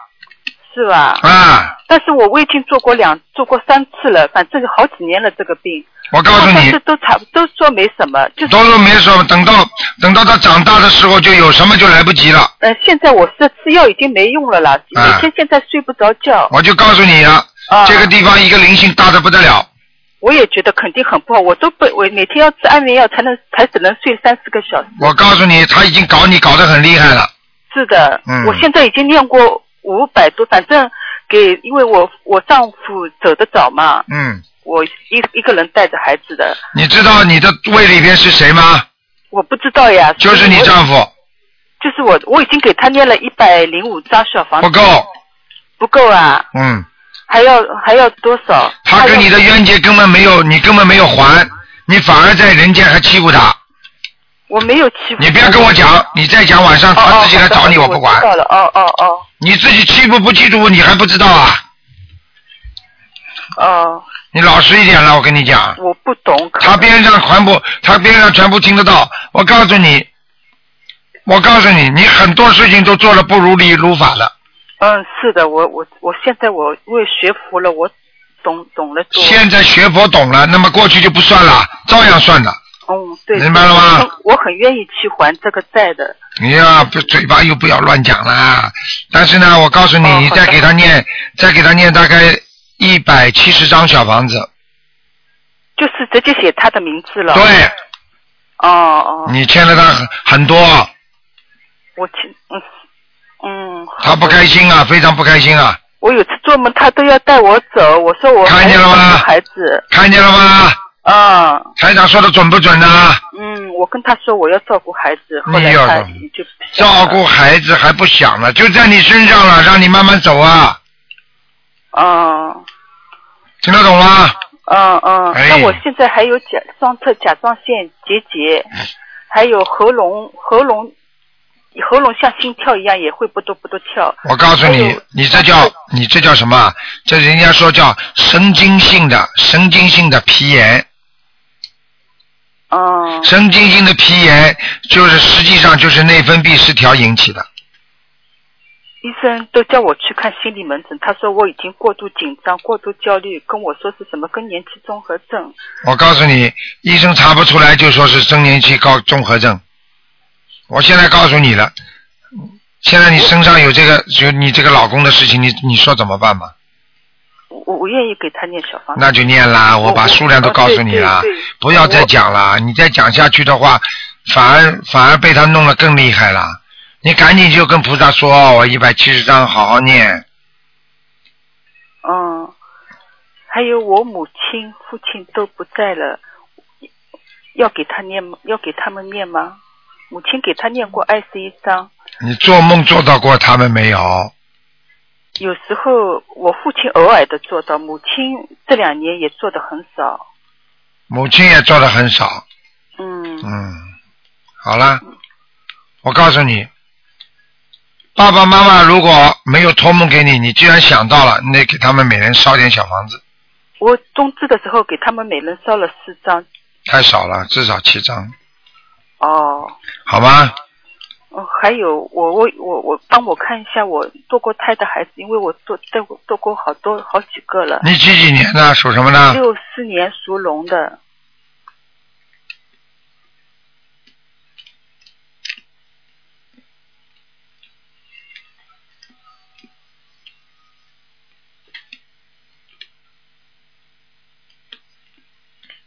E: 是吧？
A: 啊，
E: 但是我我已经做过两做过三次了，反正好几年了这个病。
A: 我告诉
E: 啊但
A: 你
E: 是，都差不都说没什么，就是
A: 都是没说，等到等到他长大的时候就有什么就来不及了，
E: 呃，现在我是吃药已经没用了啦，
A: 啊
E: 每天现在睡不着觉。
A: 我就告诉你啊，
E: 啊，
A: 这个地方一个灵性大的不得了。
E: 我也觉得肯定很不好，我都不我每天要吃安眠药才能才只能睡三四个小时。
A: 我告诉你，他已经搞你搞得很厉害了。
E: 是的，
A: 嗯
E: 我现在已经念过五百多，反正给因为我我丈夫走得早嘛，
A: 嗯，
E: 我一一个人带着孩子的，
A: 你知道你的胃里边是谁吗？
E: 我不知道呀。
A: 就是你
E: 所以我
A: 丈夫，
E: 就是我，我已经给他念了一百零五张小房子，
A: 不够。
E: 不够啊，
A: 嗯，
E: 还要还要多少？
A: 他跟
E: 要
A: 你的冤结根本没有，你根本没有还，你反而在人间还欺负他。
E: 我没有欺负他
A: 你不要跟我讲，你再讲晚上
E: 哦
A: 他
E: 哦
A: 自己来找你，
E: 好
A: 我
E: 的知
A: 不管。
E: 道了，哦哦哦
A: 你自己欺负不欺负你还不知道啊？
E: 哦，
A: 你老实一点了，我跟你讲，
E: 我不懂。可
A: 他边上全部，他边上全部听得到。我告诉你，我告诉你，你很多事情都做的不如理如法了。
E: 嗯，是的，我我我现在我因为学佛了，我懂懂了多。
A: 现在学佛懂了，那么过去就不算了，照样算的。
E: 嗯，对，
A: 明白了吗
E: 我？我很愿意去还这个债的。
A: 你呀，不嘴巴又不要乱讲啦。但是呢，我告诉你，
E: 哦
A: 你
E: 好的
A: 再给他念，再给他念大概一百七十张小房子。
E: 就是直接写他的名字了。
A: 对，
E: 哦哦，
A: 你欠了他很很多，
E: 我去，嗯嗯，
A: 他不开心啊，非常不开心啊，
E: 我有次做梦，他都要带我走，我说我
A: 看见了吗
E: 还有孩子，
A: 看见了吗？
E: 啊，
A: 台长说的准不准呢、
E: 嗯，我跟他说我要照顾孩子，后
A: 你
E: 来
A: 要
E: 他
A: 照顾
E: 就不想
A: 照
E: 了
A: 顾孩子还不想了，就在你身上了，让你慢慢走啊，
E: 嗯
A: 听得懂吗？
E: 嗯嗯，
A: 哎
E: 那我现在还有甲双侧甲状腺结节，还有喉咙喉咙喉咙像心跳一样也会扑嘟扑嘟跳，
A: 我告诉
E: 还
A: 你
E: 有，
A: 你这叫你这叫什么啊？这人家说叫神经性的神经性的皮炎，
E: 嗯
A: 神经性的皮炎就是实际上就是内分泌失调引起的。
E: 医生都叫我去看心理门诊，他说我已经过度紧张、过度焦虑，跟我说是什么更年期综合症。
A: 我告诉你，医生查不出来就说是更年期高综合症。我现在告诉你了，现在你身上有这个有你这个老公的事情，你你说怎么办吧？
E: 我我我愿意给他念小房子。
A: 那就念啦，我把
E: 我
A: 数量都告诉你
E: 哦
A: 了
E: 对对哦对，
A: 不要再讲了。你再讲下去的话，反而反而被他弄得更厉害了。你赶紧就跟菩萨说，哦我一百七十章好好念。
E: 嗯，还有我母亲、父亲都不在了，要给他念吗？要给他们念吗？母亲给他念过二十一章，
A: 你做梦做到过他们没有？
E: 有时候我父亲偶尔的做到，母亲这两年也做的很少。
A: 母亲也做的很少。
E: 嗯，
A: 嗯，好了，我告诉你，爸爸妈妈如果没有托梦给你，你既然想到了，你得给他们每人烧点小房子，
E: 我中资的时候给他们每人烧了四张。
A: 太少了，至少七张。
E: 哦，哦，
A: 好吗？
E: 哦，还有我我我我帮我看一下我堕过胎的孩子，因为我堕堕过堕过好多好几个了。
A: 你几几年的？属什么呢？
E: 六四年属龙的，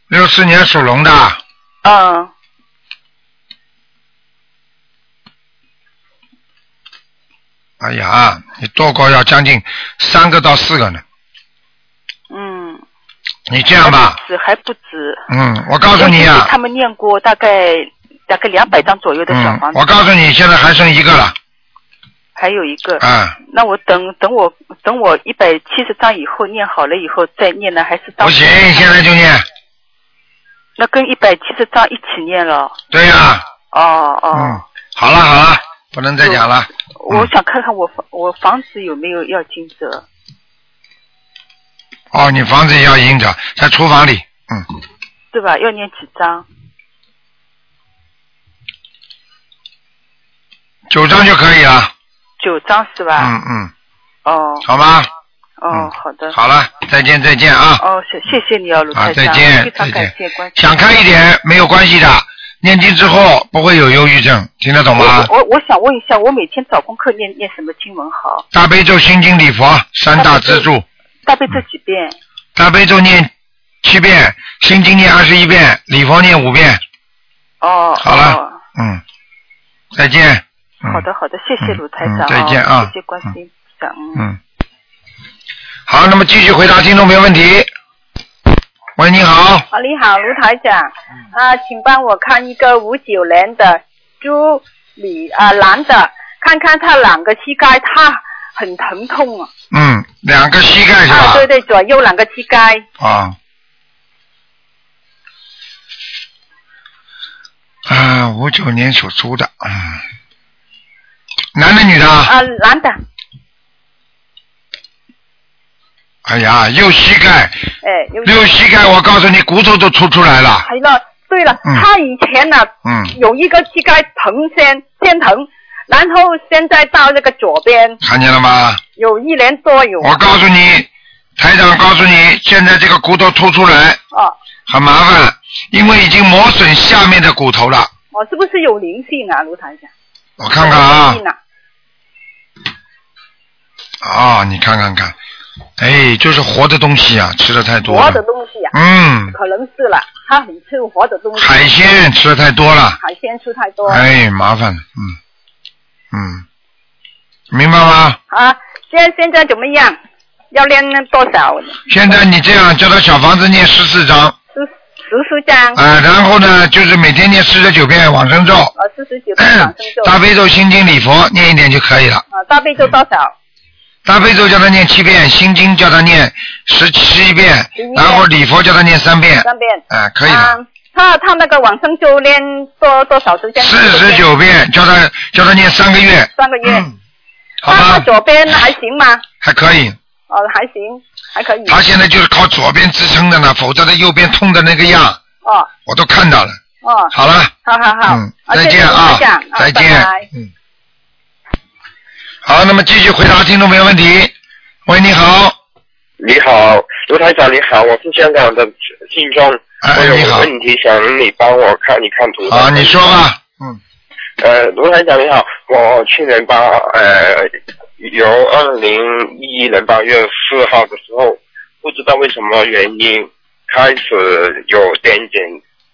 A: 六四年属龙的，
E: 嗯，
A: 哎呀，你堕过要将近三个到四个呢。
E: 嗯，
A: 你这样
E: 还
A: 吧，
E: 不止还不止。
A: 嗯，我告诉你
E: 我
A: 啊
E: 给，他们念过大概大概两百张左右的小
A: 嗯
E: 房，子，
A: 我告诉你，现在还剩一个了，
E: 还有一个。
A: 啊、
E: 那我等等我等我一百七十张以后念好了以后再念呢，还是当
A: 不行，现在就念，
E: 那跟一百七十张一起念了。
A: 对呀、
E: 哦哦，
A: 嗯，好了好了，不能再讲了，
E: 我想看看我房我房子有没有要金折。
A: 哦，你房子要阴着，在厨房里，嗯，
E: 对吧？要念几张？
A: 九张就可以
E: 啊
A: 了，
E: 九张是吧？
A: 嗯嗯，
E: 哦
A: 好吗？
E: 哦
A: 嗯，
E: 好的。
A: 好了，再见再见啊。
E: 哦，谢谢谢你啊，卢
A: 啊，
E: 台
A: 再
E: 长，
A: 见，
E: 非
A: 再
E: 常感
A: 见
E: 谢关。
A: 想开一点没有关系的，念经之后不会有忧郁症，听得懂吗？
E: 我我我想问一下，我每天早功课念念什么经文好？
A: 大悲咒、心经、礼佛三大支柱，
E: 大悲这几遍，
A: 大悲咒念七遍，心经念二十一遍，礼佛念五遍。
E: 哦，
A: 好了
E: 哦
A: 嗯，再见。嗯、
E: 好。的好的，谢谢
A: 嗯
E: 卢台长
A: 嗯
E: 啊，
A: 再见啊
E: 谢谢关心长，嗯。
A: 嗯。好，那么继续回答听众朋友问题。喂，你好，
C: 啊，你好，卢台长，
A: 嗯
C: 啊，请帮我看一个五九年的猪李啊男的，看看他两个膝盖，他很疼痛啊，
A: 嗯，两个膝盖是吧？
C: 啊，对对，左右两个膝盖，
A: 啊。啊，五九年属猪的，嗯，男的女的？
C: 啊，男的，
A: 哎呀，右膝盖，
C: 哎，有，
A: 右膝盖，我告诉你，骨头都凸出来了。
C: 还了，对了，
A: 嗯
C: 他以前呢、
A: 嗯，
C: 有一个膝盖疼先先疼，然后现在到那个左边
A: 看见了吗？
C: 有一年多有，
A: 我告诉你，台长告诉你，现在这个骨头凸出来
C: 哦，
A: 很麻烦，因为已经磨损下面的骨头了。
C: 我是不是有灵性啊，卢台长？
A: 我看看啊
C: 有，灵性啊，
A: 啊、你看看看，哎，就是活的东西啊，吃的太多
C: 活的
A: 了。
C: 东西啊。
A: 嗯，
C: 可能是了，他很吃活的东西，
A: 海鲜吃的太多了，
C: 海鲜吃太多、
A: 哎，麻烦了，嗯，嗯，明白吗？
C: 啊。现在现在怎么样？要练多少？
A: 现在你这样叫他小房子念十四章，
C: 十十四张，
A: 呃，然后呢，就是每天念四十九遍往生咒，
C: 呃，四十九张往生咒，
A: 大悲咒、心经、礼佛念一点就可以了。
C: 啊，大悲咒多少？
A: 大悲咒叫他念七遍，心经叫他念十七遍
C: 11，
A: 然后礼佛叫他念三遍，
C: 三遍。
A: 哎、可以了。
C: 啊，他他那个往生咒练多多少时间？
A: 四十，九遍，叫他叫他念三个月，
C: 三个月。
A: 嗯，好
C: 他他
A: 吧，
C: 左边还行吗？
A: 还可以。
C: 哦，还行，还可以。
A: 他现在就是靠左边支撑的呢，否则他右边痛的那个样，
C: 哦
A: 我都看到了。
C: 哦，
A: 好了，
C: 好好好。
A: 嗯，
C: 啊
A: 再
C: 谢谢
A: 见啊
C: 卢台长啊，
A: 再见
C: 拜拜，
A: 嗯。好，那么继续回答听众朋友问题。喂，你好，
F: 你好，卢台长，你好，我是香港的听众，
A: 哎
F: 我有
A: 你好
F: 问题想你帮我看一看图。
A: 好，你说。吧。嗯，
F: 呃，卢台长你好，我去年八呃，由二零一一年八月四号的时候，不知道为什么原因开始有点点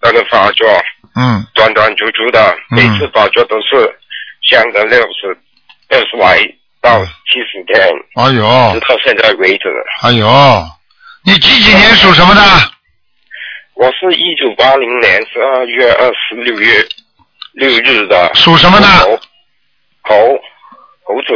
F: 那个发作，
A: 嗯，
F: 短短足足的，
A: 嗯
F: 每次发作都是相隔六十六十来到七十天，
A: 哎
F: 直
A: 呦，
F: 到现在为止。
A: 哎呦，你几几年属什么的？
F: 我是一九八零年十二月二十六日六日的。
A: 属什么的
F: 猴猴猴子，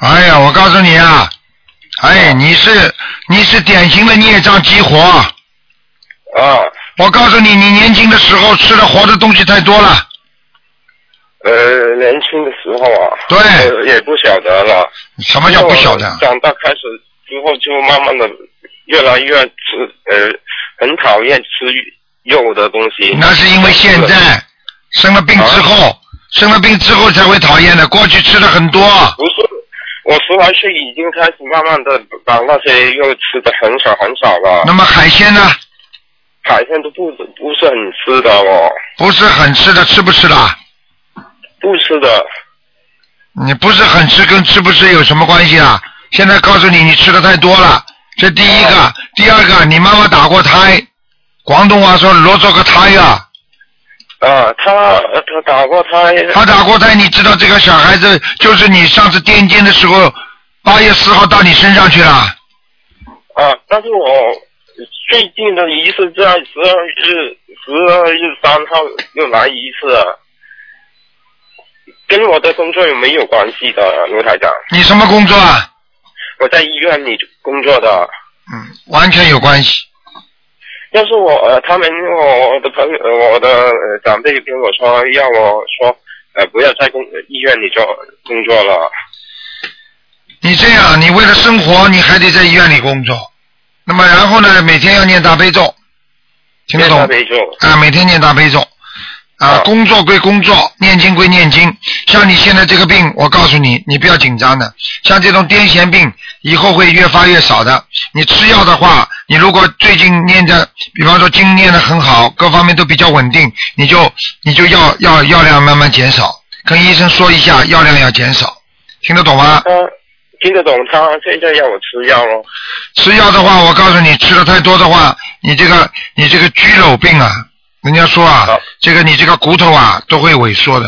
A: 哎呀，我告诉你啊，哎，你是你是典型的孽障激活，
F: 啊，
A: 我告诉你，你年轻的时候吃的活的东西太多了，
F: 呃，年轻的时候啊，
A: 对
F: 呃也不晓得了。
A: 什么叫不晓得？
F: 长大开始之后，就慢慢的越来越吃，呃，很讨厌吃肉的东西。
A: 那是因为现在生了病之
F: 啊
A: 后，生了病之后才会讨厌的。过去吃的很多，
F: 不是，我十来岁已经开始慢慢的把那些肉吃的很少很少了，
A: 那么海鲜呢，
F: 海鲜都不不是很吃的哦，
A: 不是很吃的，吃不吃啦？
F: 不吃的。
A: 你不是很吃跟吃不吃有什么关系啊？现在告诉你，你吃的太多了，这第一个，第二个，你妈妈打过胎，广东话说罗做个胎呀、啊，
F: 啊，他他打过胎，
A: 她打过胎，你知道这个小孩子就是你上次癫痫的时候，八月四号到你身上去了，
F: 啊，但是我最近的一次在十二日、十二日三号又来一次，跟我的工作有没有关系的，卢台长？
A: 你什么工作啊？
F: 我在医院里工作的，
A: 嗯，完全有关系。
F: 要是我呃，他们我的朋友，我的呃长辈跟我说，要我说呃不要在工医院里做工作了，
A: 你这样，你为了生活，你还得在医院里工作，那么然后呢，每天要念大悲咒，听得懂
F: 那？边就
A: 啊，每天念大悲咒。啊
F: 啊，
A: 工作归工作，念经归念经。像你现在这个病，我告诉你，你不要紧张的。像这种癫痫病，以后会越发越少的。你吃药的话，你如果最近念的，比方说经念的很好，各方面都比较稳定，你就你就药药药量慢慢减少，跟医生说一下，药量要减少，听得懂吗？
F: 他听得懂他现在要我吃药咯，
A: 吃药的话，我告诉你，吃的太多的话，你这个你这个佝偻病啊，人家说啊
F: 好，
A: 这个你这个骨头啊都会萎缩的。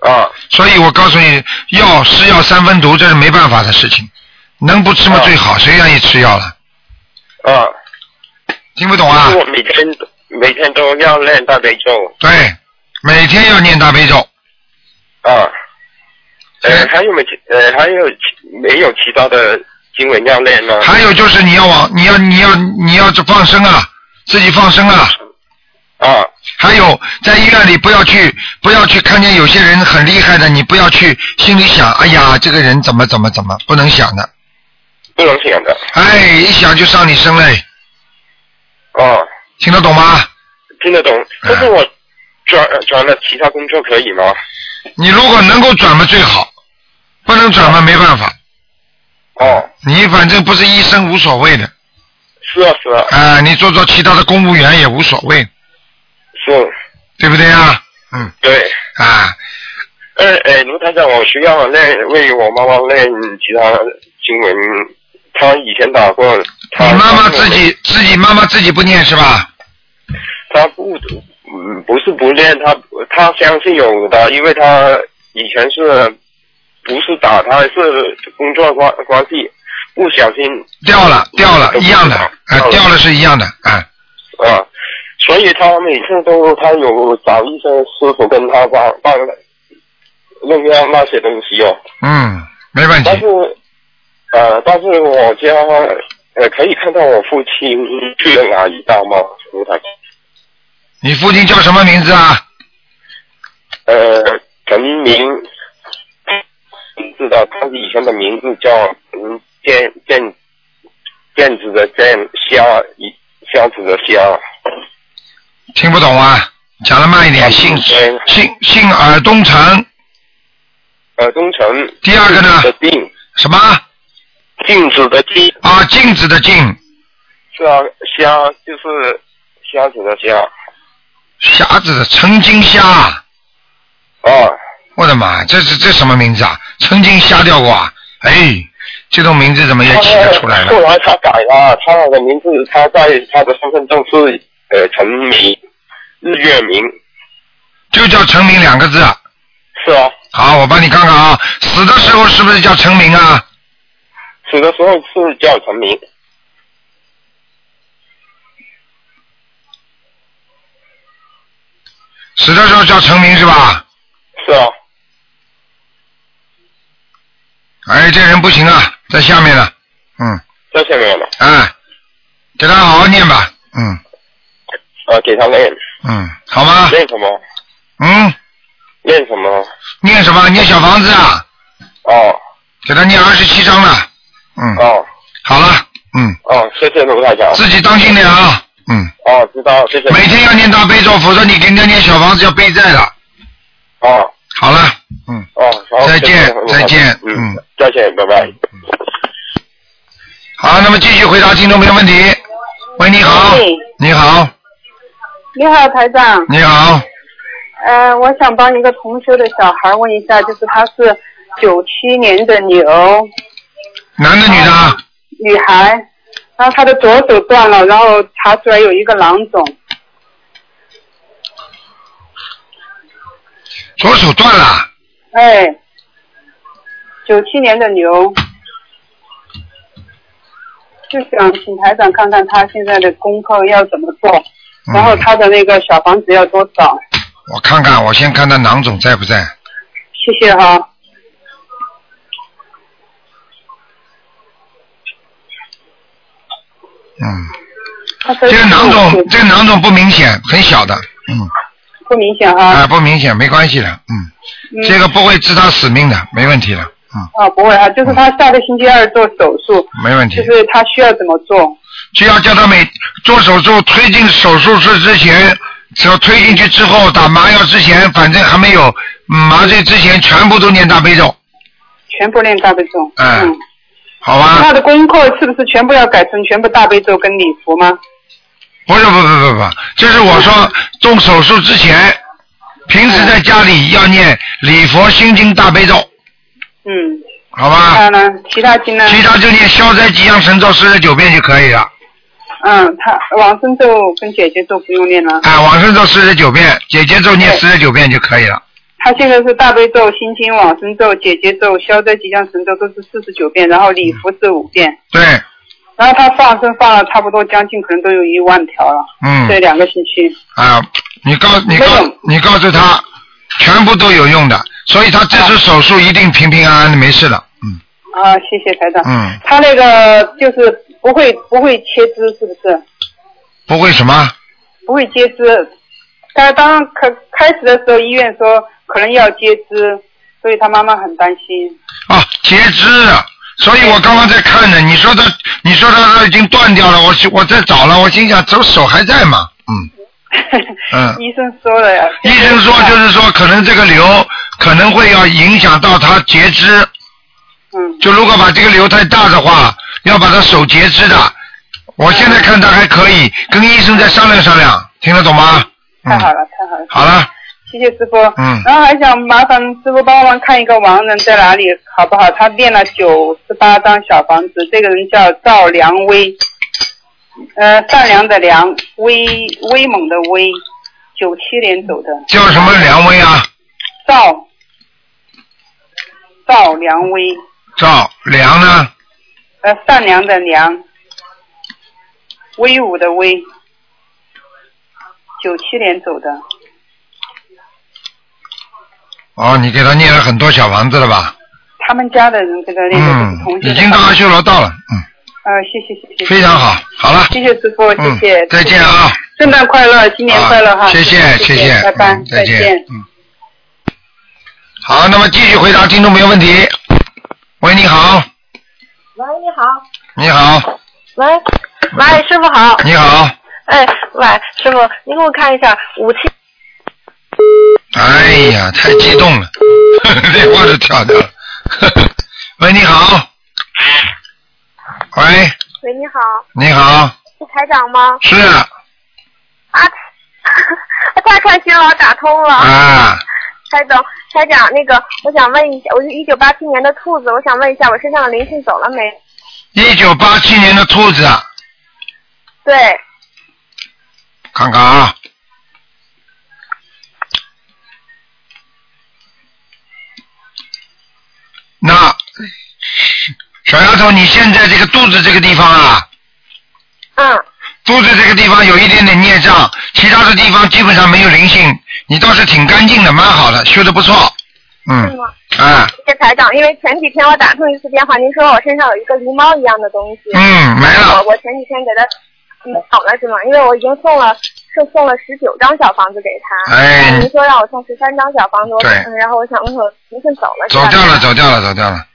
F: 啊
A: 所以我告诉你，药是药三分毒，这是没办法的事情，能不吃嘛
F: 啊
A: 最好，谁愿意吃药了？
F: 啊，
A: 听不懂啊
F: 就是？我每天每天都要练大悲咒
A: 对，每天要念大悲咒，
F: 啊，呃
A: 嗯
F: 还有没其呃还有其没有其他的经文要练吗？
A: 还有就是你要往你要你要你要这放生啊，自己放生啊。
F: 啊
A: 还有在医院里不要去，不要去看见有些人很厉害的，你不要去心里想，哎呀，这个人怎么怎么怎么，不能想的，
F: 不能想的
A: 哎，一想就伤你身嘞，
F: 哦。
A: 听得懂吗？
F: 听得
A: 啊
F: 懂，但是我转转了其他工作可以吗？
A: 你如果能够转嘛最好，不能转嘛没办法，
F: 啊哦，
A: 你反正不是医生无所谓的，
F: 是啊是啊
A: 啊、你做做其他的公务员也无所谓，
F: 是，
A: 对不对啊？嗯，
F: 对。
A: 啊，
F: 呃呃，卢台长，我需要练为我妈妈练其他经文，她以前打过，
A: 你
F: 她
A: 妈妈自，己自己妈妈自己不念是吧？啊
F: 她不，嗯，不是不练，她她相信有的，因为她以前是不是打她是工作关关系，不小心
A: 掉了掉了，一样的，啊、
F: 掉了
A: 掉了是一样的，啊、
F: 啊，所以他每次都他有找一些师傅跟他帮帮弄那那些东西哦。
A: 嗯，没问题
F: 但。是呃，但是我家呃可以看到我父亲去了哪一道吗？卢台
A: 你父亲叫什么名字啊？
F: 呃，陈明，知道他以前的名字叫嗯建建建子的建虾一虾子的虾，
A: 听不懂啊，讲的慢一
F: 嗯
A: 点。姓
F: 陈
A: 姓姓尔东城，
F: 呃东城。
A: 第二个呢
F: 的定
A: 什么
F: 镜子的镜。
A: 啊？镜子的镜，
F: 是啊，虾就是虾子的虾
A: 匣子的曾经虾，
F: 啊，
A: 我的妈，这是这什么名字啊？曾经瞎掉过啊？哎，这种名字怎么也起得出来
F: 后
A: 了？
F: 来他改了，他的名字他在他的身份证是呃陈明，日月明，
A: 就叫成名两个字。
F: 是啊，
A: 好，我帮你看看啊，死的时候是不是叫成名啊？
F: 死的时候是叫陈明，
A: 死的时候叫成名是吧？
F: 是啊，
A: 哎，这人不行啊，在下面呢。嗯，
F: 在下面了，
A: 哎，给他好好念吧。嗯。
F: 呃，给他念
A: 嗯，好吗？
F: 念什么？
A: 嗯，
F: 念什么？
A: 念什么？念小房子啊，
F: 哦
A: 给他念二十七章了。嗯，
F: 哦
A: 好了，嗯，
F: 哦，谢谢卢台长。
A: 自己当心点啊。嗯，
F: 哦，知道，谢谢。
A: 每天要念大悲咒，否则你给人家念小房子要背债的。
F: 哦
A: 好了，嗯。
F: 哦，好
A: 再见
F: 谢谢卢台长
A: 再见
F: 嗯
A: 嗯，
F: 再见，拜拜。
A: 好，那么继续回答听众朋友问题。喂，你好，你好，
D: 你好，台长。
A: 你好，
D: 呃，我想帮一个同修的小孩问一下，就是他是九七年的牛
A: 男的女的啊？
D: 女孩，然后她的左手断了，然后查出来有一个囊肿，
A: 左手断了，
D: 哎，九七年的牛，就想请台长看看他现在的功课要怎么做，
A: 嗯
D: 然后他的那个小房子要多少？
A: 我看看，我先看他囊肿在不在。
D: 谢谢哈、
A: 嗯，
D: 他这
A: 这个囊肿，这个囊肿不明显，很小的，嗯，
D: 不明显哈、
A: 啊，不明显，没关系的，嗯，
D: 嗯
A: 这个不会致他死命的，没问题的，嗯，
D: 啊，不会啊，就是他下个星期二做手术，
A: 没问题
D: 就。是他需要怎么做？
A: 就要叫他每做手术推进手术室之前，只要推进去之后打麻药之前，反正还没有、嗯麻醉之前，全部都念大悲咒，
D: 全部练大悲咒。
A: 哎
D: 嗯，
A: 好
D: 他
A: 吧？
D: 的功课是不是全部要改成全部大悲咒跟礼佛吗？
A: 不是，不不不不，就是我说动手术之前，平时在家里要念礼佛心经大悲咒，
D: 嗯，
A: 好
D: 还
A: 吧？
D: 有呢，其他经呢？
A: 啊其他就念消灾吉祥神咒四十九遍就可以了。
D: 嗯，他往生咒跟姐姐咒不用练了。
A: 哎，往生咒四十九遍，姐姐咒念四十九遍就可以了。
D: 他现在是大悲咒、心经、往生咒、姐姐咒、消灾吉祥神咒都是四十九遍，然后礼佛是五遍。
A: 对，
D: 然后他放生放了差不多将近可能都有一万条了，
A: 嗯。
D: 这两个星期。
A: 啊，你告你告
D: 没有
A: 你告诉他，全部都有用的，所以他这次手术一定平平安安的，没事的。嗯
D: 啊，谢谢台长。
A: 嗯，
D: 他那个就是不会不会切枝，是不是？
A: 不会什么？
D: 不会截肢。他当开开始的时候，医院说可能要截肢，所以他妈妈很担心。
A: 啊，截肢啊。所以我刚刚在看呢，你说他，你说他他已经断掉了，我去我在找了，我心想，这手还在吗？嗯嗯
D: 医生说了呀。
A: 医生说就是说，可能这个瘤可能会要影响到他截肢，
D: 嗯
A: 就如果把这个瘤太大的话，要把他手截肢的。我现在看他还可以，跟医生再商量商量，听得懂吗？
D: 太好
A: 嗯，
D: 了，太好了，
A: 好了，
D: 谢谢师傅。
A: 嗯
D: 然后还想麻烦师傅帮忙看一个亡人在哪里，好不好？他练了九十八张小房子，这个人叫赵良威，呃，善良的良，威威猛的威，九七年走的
A: 叫什么梁威啊？
D: 赵赵良威。
A: 赵梁呢？
D: 呃，善良的良，威武的威，九七年走的，
A: 哦，你给他念了很多小房子了吧？
D: 他们家的人这个那个
A: 嗯
D: 是同，学
A: 已
D: 的
A: 经到阿修罗道了，嗯，
D: 呃，谢谢谢谢，
A: 非常好，好了，
D: 谢谢师傅，谢
A: 嗯
D: 谢，，
A: 再见啊，
D: 圣诞快乐，新年快乐哈，
A: 啊谢
D: 谢
A: 谢
D: 谢，拜拜
A: 嗯，
D: 再
A: 再见，嗯。好，那么继续回答听众朋友问题。喂，你好，
G: 喂，你好，
A: 你好，
G: 喂，喂，师傅好，
A: 你好，
G: 哎，喂，师傅，您给我看一下五七，
A: 哎呀，太激动了， 电话都跳掉了。 喂，你好。喂，
G: 喂，你好，
A: 你好，
G: 是台长吗？
A: 是
G: 啊，太开心了，打通了，
A: 啊，
G: 台总，台长，那个我想问一下，我是一九八七年的兔子，我想问一下我身上的灵性走了没？
A: 一九八七年的兔子，啊，
G: 对，
A: 看看啊。那小丫头，你现在这个肚子这个地方啊，
G: 嗯，
A: 肚子这个地方有一点点孽障，其他的地方基本上没有灵性。你倒是挺干净的，蛮好的，修的不错。
G: 是
A: 嗯，
G: 吗？
A: 啊，
G: 谢谢台长，因为前几天我打通一次电话，您说我身上有一个狸猫一样的东西，
A: 嗯，没
G: 嗯
A: 了
G: 我。我前几天给他没有了是吗？因为我已经送了是送了十九张小房子给他。
A: 哎
G: 您说让我送十三张小房子，我
A: 对
G: 嗯，然后我想问问您是走了是
A: 走
G: 吧？
A: 掉了，走掉了，走掉了。
G: 啊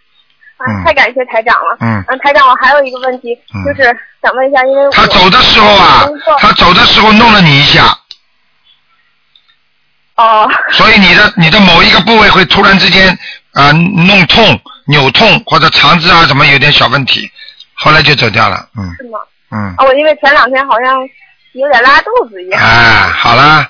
A: 嗯，
G: 太感谢台长了。
A: 嗯
G: 台长，我还有一个问题，
A: 嗯
G: 就是想问一下，因为我
A: 他走的时候啊
G: 工作，
A: 他走的时候弄了你一下，
G: 哦
A: 所以你的你的某一个部位会突然之间啊、弄痛、扭痛或者肠子啊什么有点小问题，后来就走掉了。嗯
G: 是吗？
A: 嗯，
G: 哦，我因为前两天好像有点拉肚子一样。
A: 哎，好啦，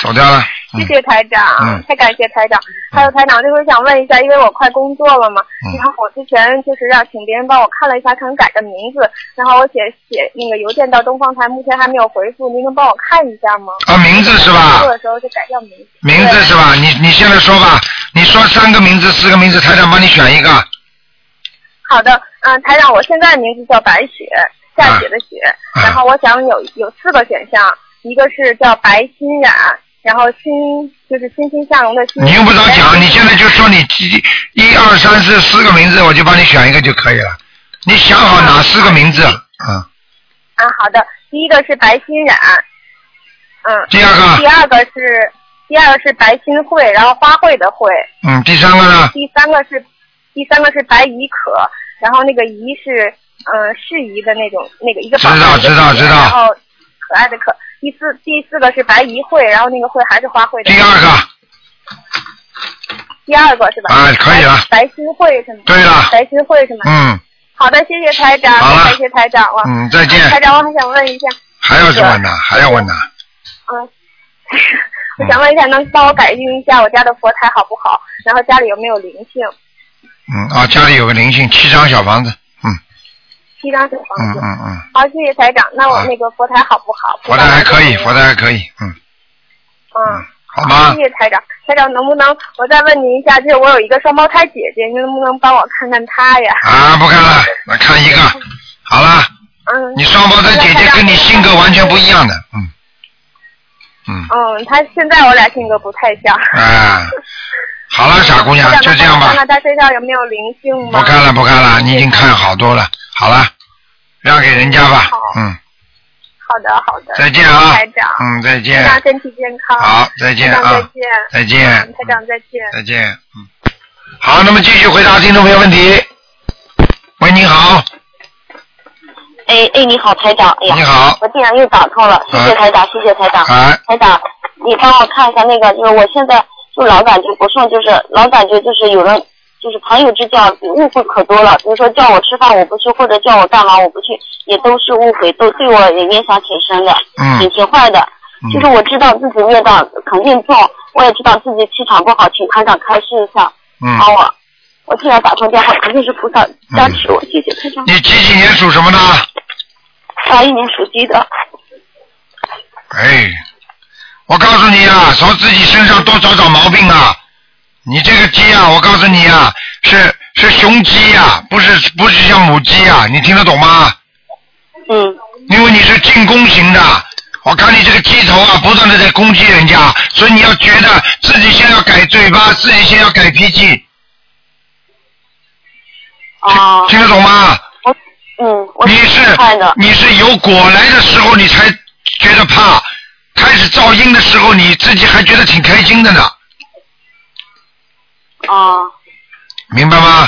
A: 走掉了。
G: 谢
A: 嗯
G: 谢台长，
A: 嗯
G: 太感谢台长。还有台长，就是想问一下，因为我快工作了嘛，
A: 嗯
G: 然后我之前就是让请别人帮我看了一下，可能改个名字，然后我写写那个邮件到东方台，目前还没有回复，您能帮我看一下吗？
A: 啊，名字是
G: 工？
A: 吧
G: 作的时候就改掉名字。
A: 名字是吧？你你现在说吧，你说三个名字、四个名字，台长帮你选一个。
G: 好的，嗯、台长，我现在名字叫白雪，下雪的雪。
A: 啊
G: 然后我想有有四个选项，一个是叫白欣冉，然后欣就是欣欣向荣的欣。
A: 你用不着讲，你现在就说你一、一二、三、四四个名字，我就帮你选一个就可以了。你想好哪四个名字？嗯，
G: 啊，好的，第一个是白欣冉，嗯，
A: 第二
G: 第
A: 个，
G: 二个是第二个是白欣慧，然后花卉的慧，
A: 嗯，第三个呢？
G: 第三个是第三个是白怡可，然后那个怡是嗯适宜的那种那个一个
A: 知道
G: 宝贝的
A: 知道
G: 怡
A: 知道
G: 然后可爱的可。第四第四个是白怡慧，然后那个慧还是花卉的
A: 第。二个，
G: 第二个是吧？
A: 啊可以了
G: 白白欣慧是吗？
A: 对了
G: 白欣慧是吗？
A: 嗯
G: 好的，谢谢台长，
A: 好了
G: 感谢台长啊。
A: 嗯，再见。
G: 台长，我还想问一下，
A: 还要去问呢？
G: 啊
A: 还要问呢？
G: 嗯，我想问一下，能帮我改运一下我家的佛台好不好？然后家里有没有灵性？
A: 嗯啊，家里有个灵性，七张小房子。嗯
G: 七张小
A: 嗯
G: 房子。
A: 嗯嗯，
G: 好，谢谢台长。那我
A: 啊
G: 那个佛台好不好？
A: 佛台还可以，
G: 不
A: 佛
G: 知道
A: 台还可以。嗯，
G: 怎么样。嗯。
A: 好吗
G: 谢？谢台长，台长能不能我再问您一下，就是我有一个双胞胎姐姐，您能不能帮我看看她呀？
A: 啊，不看了，来看一个。好了，
G: 嗯，
A: 你双胞胎姐姐跟你性格完全不一样的。嗯嗯。
G: 嗯，她现在我俩性格不太像。
A: 哎，好了，傻姑娘
G: 台，
A: 就
G: 长
A: 这样
G: 能
A: 吧
G: 帮我看，看她身上有没有灵性吗？
A: 不看了不看了，你已经看好多了，好了，让给人家吧
G: 好，
A: 嗯，
G: 好的，好的。
A: 再见啊
G: 谢谢台长，，
A: 嗯，再
G: 台
A: 见，
G: 长身体健康。
A: 好，再见
G: 台长
A: 啊
G: 再，见。
A: 再见
G: 嗯，台长再见。
A: 再见，嗯，好，那么继续回答听众朋友问题。喂，你好，
B: 哎哎，你好，台长，哎
A: 你
B: 呀，
A: 好，
B: 我竟然又打通了，谢谢台长，谢谢台长。
A: 哎，
B: 台长，你帮我看一下那个，就是我现在就老感觉不顺，就是老感觉就是有人就是朋友之间误会可多了，比如说叫我吃饭我不去，或者叫我干嘛我不去，也都是误会，都对我也影响挺深的，挺
A: 嗯
B: 挺坏的。
A: 嗯
B: 就是我知道自己孽障肯定重，我也知道自己气场不好，请台长开示一下，
A: 嗯，
G: 哦
B: 帮我。我既然打通电话，肯定是菩萨加持我，谢谢台长。
A: 你几几年属什么的？
B: 八一年属鸡的，
A: 哎，我告诉你啊，从自己身上多找找毛病啊。你这个鸡啊，我告诉你啊，是是雄鸡啊，不是不是像母鸡啊，你听得懂吗？
B: 嗯
A: 因为你是进攻型的，我看你这个鸡头啊，不断的在攻击人家，所以你要觉得自己先要改嘴巴，自己先要改脾气，
B: 啊，
A: 听得懂吗？
B: 嗯，我
A: 你是
B: 看的，
A: 你是有果来的时候你才觉得怕，开始噪音的时候你自己还觉得挺开心的呢，
B: 啊，
A: 明白吗？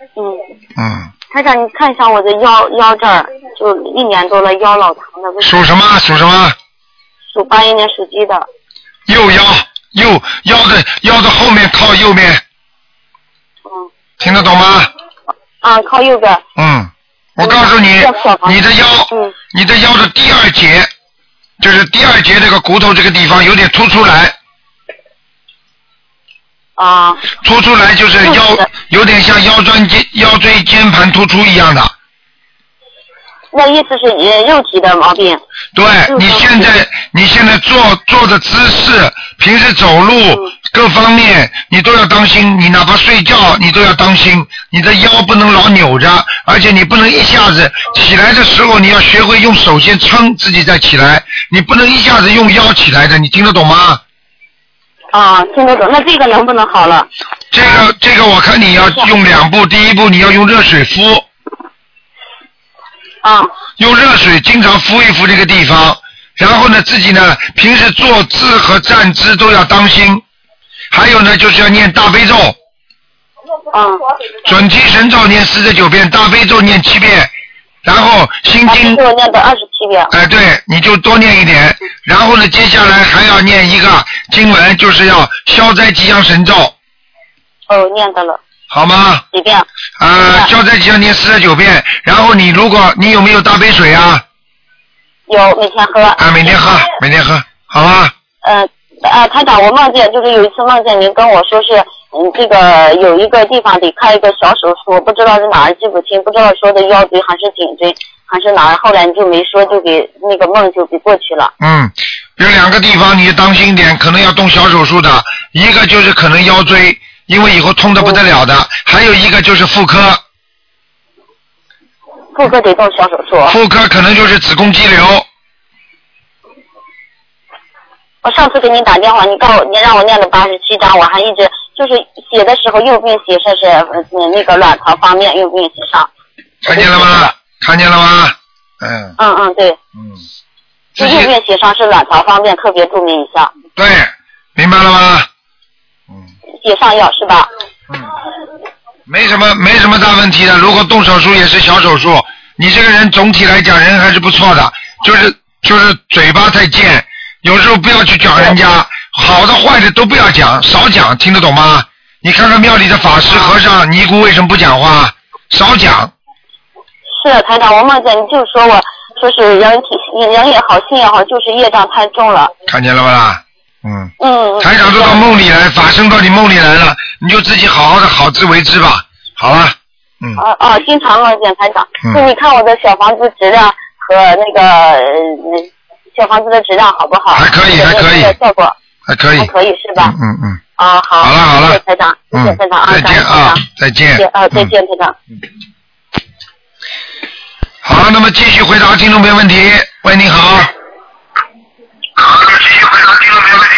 B: 嗯。
A: 嗯，
B: 台长，你看一下我的腰腰这儿，就一年多了，腰老疼了，为什么
A: 属什么？属什么？
B: 属八一年属鸡的，
A: 右腰，右腰的腰的后面靠右边，
B: 嗯，
A: 听得懂吗？
B: 啊，靠右边，
A: 嗯，我告诉你
B: 要小，房子
A: 你的腰，
B: 嗯，
A: 你的腰的第二节，就是第二节这个骨头这个地方有点凸出来，
B: 啊，
A: 凸出来就是
B: 嗯是
A: 腰
B: 的，
A: 有点像腰椎间腰椎间盘突出一样的。
B: 那意思是也肉体的毛病，
A: 对，你现在你现在坐坐的姿势，平时走路
B: 嗯
A: 各方面你都要当心，你哪怕睡觉你都要当心，你的腰不能老扭着，而且你不能一下子起来的时候你要学会用手先撑自己再起来，你不能一下子用腰起来的，你听得懂吗？
B: 啊，听得懂。那这个能不能好了？
A: 这
B: 啊
A: 个这个我看你要用两步，第一步你要用热水敷，
B: 啊，
A: 用热水经常敷一敷这个地方，然后呢，自己呢平时坐姿和站姿都要当心，还有呢就是要念大悲咒，
B: 嗯，
A: 准提神咒念四十九遍，大悲咒念七遍，然后心
B: 但是
A: 经
B: 给我念的二十七遍。
A: 哎，对，你就多念一点，然后呢，接下来还要念一个经文，就是要消灾吉祥神咒，
B: 哦，念的了
A: 好吗？
B: 几遍？
A: 啊，消灾吉祥念四十九遍，然后你如果你有没有大杯水啊？
B: 有每天喝。
A: 啊，每天喝，每天喝，好吧？
B: 呃呃，台长，我梦见就是有一次梦见您跟我说是，嗯，这个有一个地方得开一个小手术，不知道是哪儿记不清，不知道说的腰椎还是颈椎还是哪儿，后来你就没说，就给那个梦就给过去了。
A: 嗯，有两个地方你就当心一点，可能要动小手术的，一个就是可能腰椎，因为以后痛的不得了的，还有一个就是妇科，
B: 妇科得动小手术。
A: 妇科可能就是子宫肌瘤，
B: 我上次给你打电话，你告我你让我念了八十七章，我还一直就是写的时候右边写说是嗯那个卵巢方面右边写上，
A: 看见了吗？看见了吗？嗯。
B: 嗯嗯对，
A: 嗯，
B: 就右边写上是卵巢方面，特别注明一下，
A: 对，明白了吗？
B: 写上药是吧？
A: 没什么，没什么大问题的。如果动手术也是小手术，你这个人总体来讲人还是不错的，就是就是嘴巴太贱，有时候不要去讲人家好的坏的都不要讲，少讲，听得懂吗？你看看庙里的法师、和尚、尼姑为什么不讲话？少讲，
B: 是台长，我梦见你就说我说是人体人也好，心也好，就是业障太重了。
A: 看见了吧啦？嗯，
B: 嗯，
A: 台长都到梦里来，法身到你梦里来了，你就自己好好的好自为之吧，好吧？嗯，
B: 啊啊，经常梦见台长。
A: 嗯
B: 就你看我的小房子质量和那个呃小房子的质量好不好？
A: 还可以
B: 有没有
A: 还可以
B: 这个效果
A: 还可以
B: 还，可以是吧？
A: 嗯嗯。嗯
B: 啊，好，
A: 好了好了
B: 谢谢台长，谢谢
A: 嗯
B: 台长啊，
A: 再
B: 感谢
A: 见
B: 台
A: 啊
B: 长，
A: 再见
B: 谢谢啊，再
A: 嗯
B: 见台长。
A: 好，那么继续回答听众朋友问题。喂，你好。好，继续回答听众朋友问题。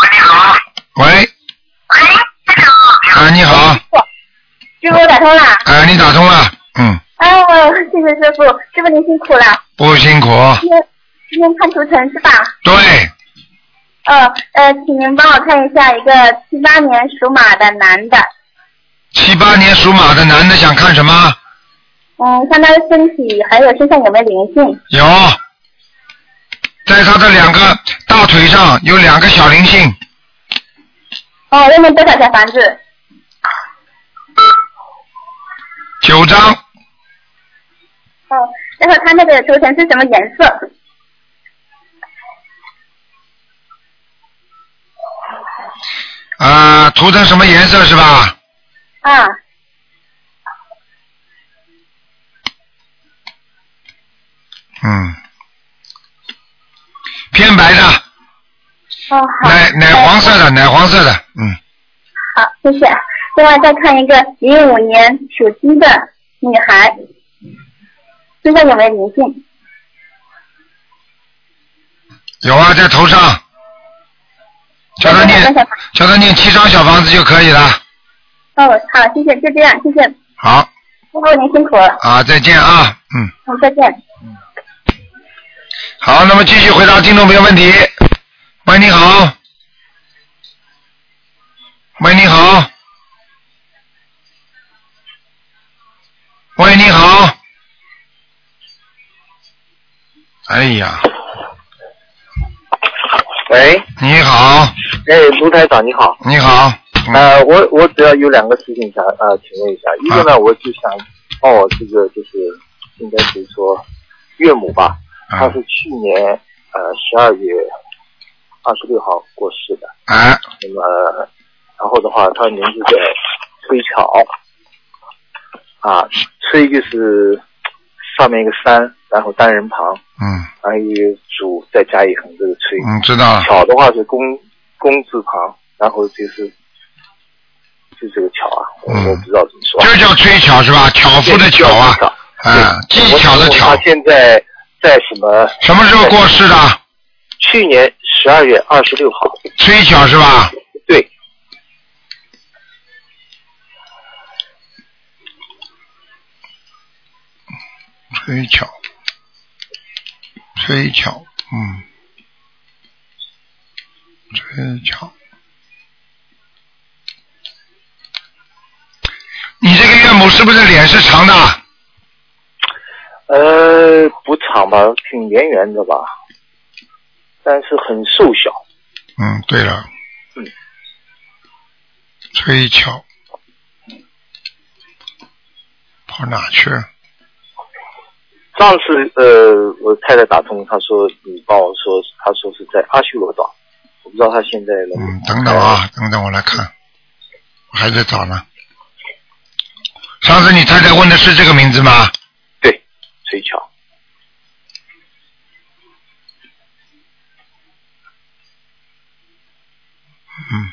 A: 喂，你好。喂。啊，你好，
G: 师傅打通了，
A: 啊，你打通了，嗯，
G: 哎我谢谢师傅，师傅您辛苦了，
A: 不辛苦，
G: 今天今天看图腾是吧？
A: 对，
G: 呃呃，请您帮我看一下一个七八年属马的男的，
A: 七八年属马的男的想看什么？
G: 嗯，看他的身体还有身上有没有灵性？
A: 有，在他的两个大腿上有两个小灵性，
G: 哦，要念多少小房子？
A: 九张，
G: 哦，然后他那个头层是什么颜色？
A: 啊、涂成什么颜色是吧？
G: 啊，
A: 嗯，偏白的，
G: 哦好，
A: 奶奶黄色的，奶黄色的，嗯，
G: 好，谢谢。另外再看一个零五年属鸡的女孩，身上有没有灵性？
A: 有啊，在头上，叫他
G: 多少
A: 念，
G: 小房子
A: 叫他念七张小房子就可以了。
G: 哦，好，谢谢，就这样，谢谢，师
A: 好
G: 傅您辛苦了，
A: 啊，再见啊，嗯，
G: 嗯，再见。
A: 好，那么继续回答听众朋友问题。喂，你好。喂，你好。喂，你好。哎呀，
H: 喂，
A: 你好，
H: 哎，卢台长你好，
A: 你好，嗯
H: 呃，我我主要有两个事情想呃请问一下，一个
A: 啊
H: 呢，我就想帮我这个就是应该是说岳母吧，
A: 啊
H: 她是去年呃十二月二十六号过世的，
A: 哎，
H: 那么然后的话，她名字叫崔巧，啊，崔就是上面一个山，然后单人旁，
A: 嗯
H: 然后一个竹再加一横这个崔，
A: 嗯，知道了，
H: 巧的话是公公字旁，然后就是就这个巧啊，我
A: 嗯
H: 我不知道怎么说啊。
A: 就叫吹巧是吧？巧妇的巧啊，啊，
H: 对
A: 技巧的
H: 我
A: 巧
H: 他。现在在什么？
A: 什么时候过世的？
H: 去年十二月二十六号。
A: 吹巧是吧？
H: 对，
A: 吹巧，吹巧，嗯，吹巧。你这个岳母是不是脸是长的？
H: 呃，不长吧，挺圆圆的吧，但是很瘦小。
A: 嗯，对了。
H: 嗯。
A: 吹巧。跑哪去了？
H: 上次呃，我太太打通，她说你帮我说，她说是在阿修罗岛，我不知道她现在能不能。
A: 等等啊，等等，我来看，我还在找呢。上次你太太问的是这个名字吗？
H: 对，崔巧。
A: 嗯。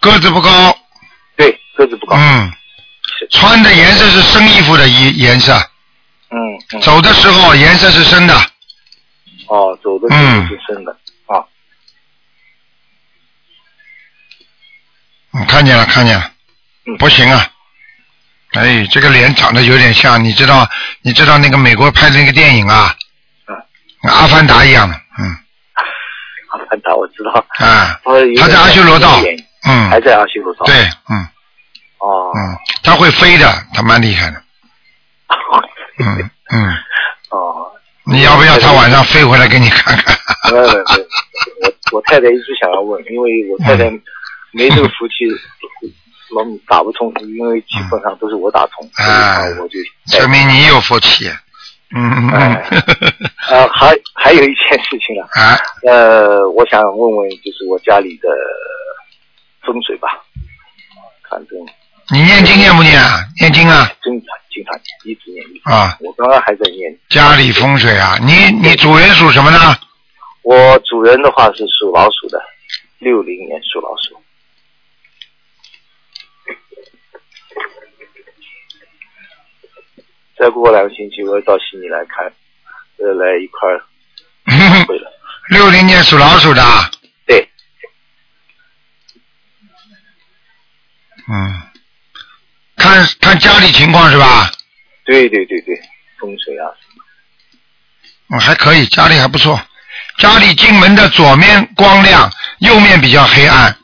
A: 个子不高。
H: 对，个子不高。
A: 嗯。穿的颜色是深衣服的颜颜色，
H: 嗯。嗯
A: 走的时候颜色是深的。
H: 哦，走的时候是深的、啊，
A: 嗯，看见了，看见了，
H: 嗯
A: 不行啊！哎，这个脸长得有点像，你知道，你知道那个美国拍的那个电影啊，
H: 嗯
A: 阿凡达一样的，嗯，
H: 阿凡达我知道。
A: 啊，
H: 我有点
A: 他在阿修罗道
H: 有点，
A: 嗯，
H: 还在阿修罗道。
A: 对，嗯，
H: 哦，
A: 嗯，他会飞的，他蛮厉害 的，嗯嗯，
H: 哦，
A: 你要不要他晚上飞回来给你看看？
H: 没有没有没有我我太太一直想要问，因为我太太没这个福气，老打不通，因为基本上都是我打通，所以
A: 啊
H: 啊我就
A: 说明你有福气，嗯嗯嗯，
H: 呃，还还有一件事情啊，
A: 啊，
H: 呃，我想问问，就是我家里的风水吧，看这种
A: 你念经念不念啊？念经啊，
H: 经常经常一直念，一直念
A: 啊，
H: 我刚刚还在念。
A: 家里风水啊，你你主人属什么呢？
H: 我主人的话是属老鼠的，六零年属老鼠。再过两个星期，我要到悉尼来看，呃，来一块儿
A: 嗯
H: 会了。
A: 六零年属老鼠的啊。
H: 对。
A: 嗯，看看家里情况是吧？
H: 对对对对，风水啊，
A: 嗯，还可以，家里还不错。家里进门的左面光亮，右面比较黑暗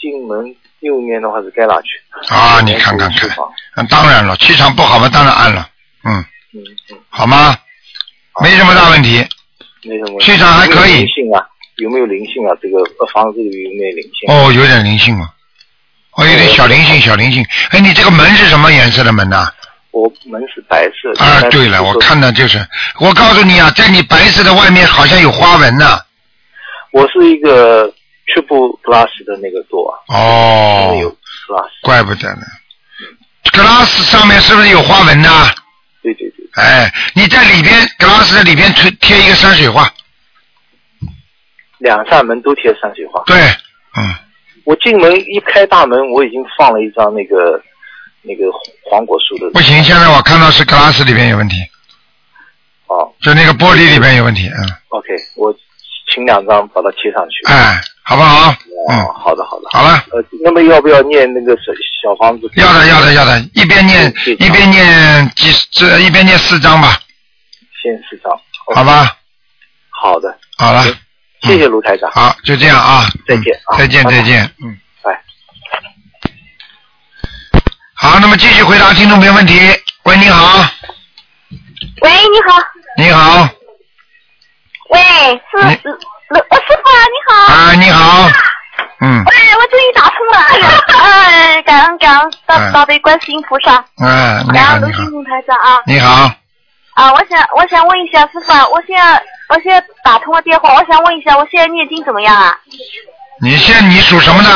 H: 进门右面的话是该哪去？
A: 啊。你看看看，嗯当然了，气场不好嘛，当然暗了，嗯，
H: 嗯嗯，
A: 好吗？没什么大问题。
H: 没什么问题。
A: 气场还可以
H: 有没有灵性啊？有没有灵性啊？这个呃房子里有没有灵性？啊
A: 哦，有点灵性了，哦，有点小灵性，小灵性。哎，你这个门是什么颜色的门呢、
H: 我门是白色的。
A: 啊
H: 但，是
A: 对了，
H: 就说
A: 我看到就是，我告诉你啊，在你白色的外面好像有花纹呢、
H: 我是一个 triple glass 的那个座啊，
A: 哦
H: 有，glass，
A: 怪不得呢。glass 上面是不是有花纹呢、
H: 对对对，
A: 哎，你在里边 glass 的里边贴贴一个山水画，
H: 两扇门都贴山水画。
A: 对，嗯，
H: 我进门一开大门，我已经放了一张那个那个黄果树的。
A: 不行，现在我看到是 glass 里边有问题，
H: 哦
A: 就那个玻璃里边有问题，嗯，
H: ，OK，我请两张把它贴上去。
A: 哎，好不好？嗯，
H: 哦，好的好的。
A: 好了，
H: 呃，那么要不要念那个小小房子？
A: 要的要的要的，一边念
H: 谢谢
A: 一边念几这一边念四章吧，
H: 先四张。
A: 好吧，
H: 好的，
A: 好了，嗯
H: 谢谢卢台长。
A: 好，就这样啊，
H: 再见啊
A: 再见
H: 拜拜
A: 再见，嗯，
H: 拜。
A: 好，那么继续回答听众朋友问题。喂，你好，
I: 喂，你好，
A: 你好，
I: 喂，是
A: 你
I: 卢卢呃师傅啊，你好。
A: 啊，你好，嗯，
I: 哎，我终于打通了，哎，感恩感恩
A: 嗯
I: 大大悲观世音菩萨，
A: 啊，你
I: 感
A: 好，
I: 恩卢
A: 你好
I: 星，星台长啊
A: 你好，
I: 啊！我想我想问一下师傅啊，我现在我现在打通了电话，我想问一下，我现在念经怎么样啊？
A: 你现在你属什么的？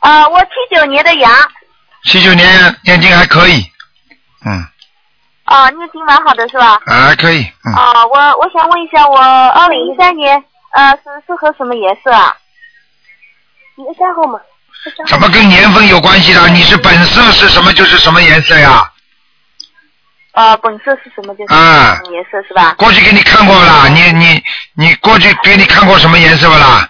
I: 啊，我七九年的羊
A: 七九年念经还可以，嗯，
I: 啊，念经蛮好的是吧？
A: 啊，还可以，嗯，
I: 啊，我我想问一下，我二零一三年呃是适合什么颜色啊？你三号嘛？
A: 怎么跟年份有关系的？你是本色是什么就是什么颜色呀？
I: 啊，本色是什么就是
A: 啊
I: 什么颜色是吧？
A: 过去给你看过啦，你你你过去给你看过什么颜色不啦？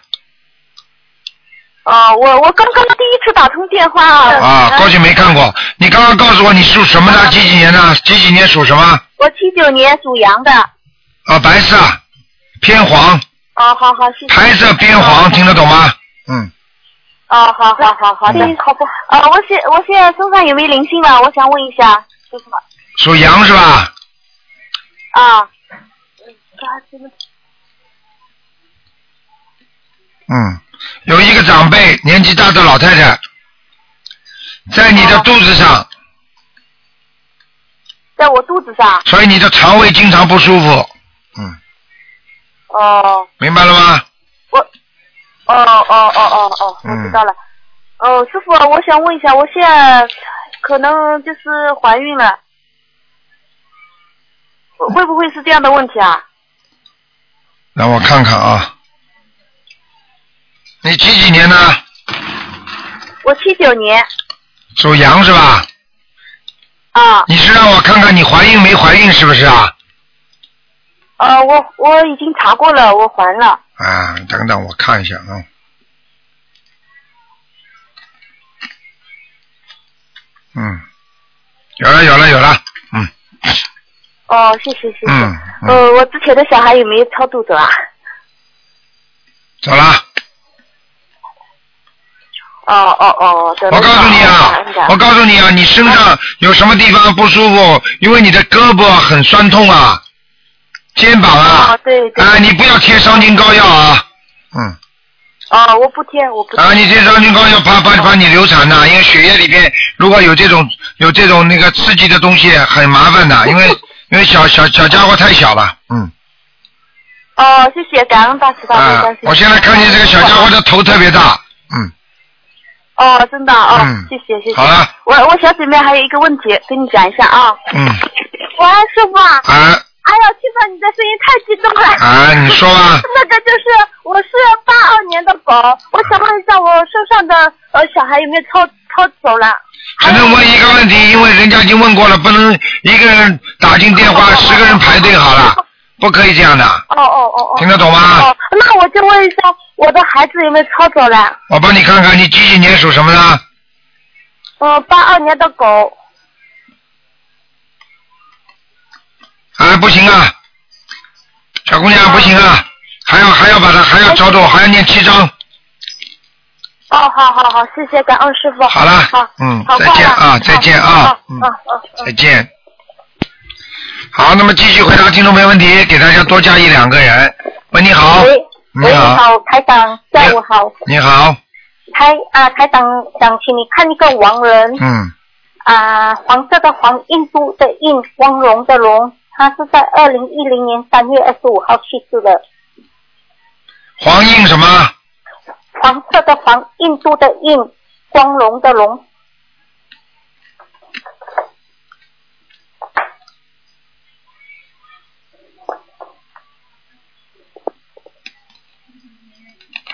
I: 哦，我我刚刚第一次打通电话啊。
A: 啊，高兴没看过。你刚刚告诉我你属什么的？几几年的？几几年属什么？
I: 我七九年属羊的。
A: 啊，白色，偏黄，
I: 哦，好好，谢谢。
A: 白色偏黄，听得懂吗？嗯，
I: 哦，好好好好的，好不？呃，我现我现在身上有没有灵性啊？我想问一下，就是
A: 属羊是吧？
I: 啊，嗯啊这个
A: 嗯，有一个长辈，年纪大的老太太，在你的肚子上，
I: 在我肚子上。
A: 所以你的肠胃经常不舒服，
I: 哦，
A: 明白了吗？
I: 哦哦哦哦哦，
A: 嗯
I: 我知道了。哦，师傅，我想问一下，我现在可能就是怀孕了，会不会是这样的问题啊？
A: 让我看看啊，你几几年的？
I: 我七九年
A: 属羊是吧？
I: 啊，
A: 你是让我看看你怀孕没怀孕是不是啊？
I: 呃，我我已经查过了，我还了。
A: 啊，等等，我看一下啊。嗯，有了，有了，有了。
I: 哦，谢谢谢谢。
A: 嗯，
I: 呃，我之前的小孩有没有超度走啊？
A: 走了。
I: 哦哦哦，对
A: 我告诉你啊，我告诉你啊，你身上有什么地方不舒服？因为你的胳膊很酸痛啊，肩膀啊。
I: 哦，对对。
A: 啊，你不要贴伤筋膏药啊！嗯。
I: 哦，我不贴，我不贴。哦
A: 啊，你贴伤筋膏药怕怕怕你流产呐、因为血液里边如果有这种有这种那个刺激的东西很麻烦的， 因为因为小小小家伙太小了，嗯
I: 哦，谢谢，感恩大慈大悲
A: 啊
I: 观世，音
A: 我现在看见这个小家伙的头特别大，
I: 哦，真的哦，
A: 嗯
I: 谢谢谢谢。
A: 好了，
I: 我我小姐妹还有一个问题跟你讲一下啊。
A: 嗯
I: 喂，师傅啊。
A: 啊
I: 哎呀，听到你的声音太激动了。
A: 啊，你说吧，
I: 那个就是，我是八二年的狗，我想问一下，我身上的呃小孩有没有超超走了？
A: 只能问一个问题，因为人家已经问过了，不能一个人打进电话，十个人排队好了，不可以这样的，
I: 哦哦哦哦。
A: 听得懂吗
I: 哦，那我就问一下，我的孩子有没有超走了？
A: 我帮你看看你几几年属什么的。
I: 呃，八二年的狗。
A: 啊，不行啊，小姑娘不行啊，还要还要把它还要超度，还要念七章。
I: 哦，好好好，谢谢，感恩师傅。
A: 好了
I: 好，
A: 嗯
I: 好，
A: 再见啊，再见啊，
I: 嗯嗯。
A: 再见。好，那么继续回答听众朋友问题，给大家多加一两个人。喂，你好，嗯
J: 喂，
A: 你
J: 喂，哎你
A: 好，
J: 好，台长，下午好，
A: 你好，
J: 台啊，台长想请你看一个亡人
A: 嗯，
J: 啊，黄色的黄，印度的印，光荣的荣，他是在二零一零年三月二十五号去世的，
A: 黄印什么？
J: 黄色的黄，印度的印，光荣的荣，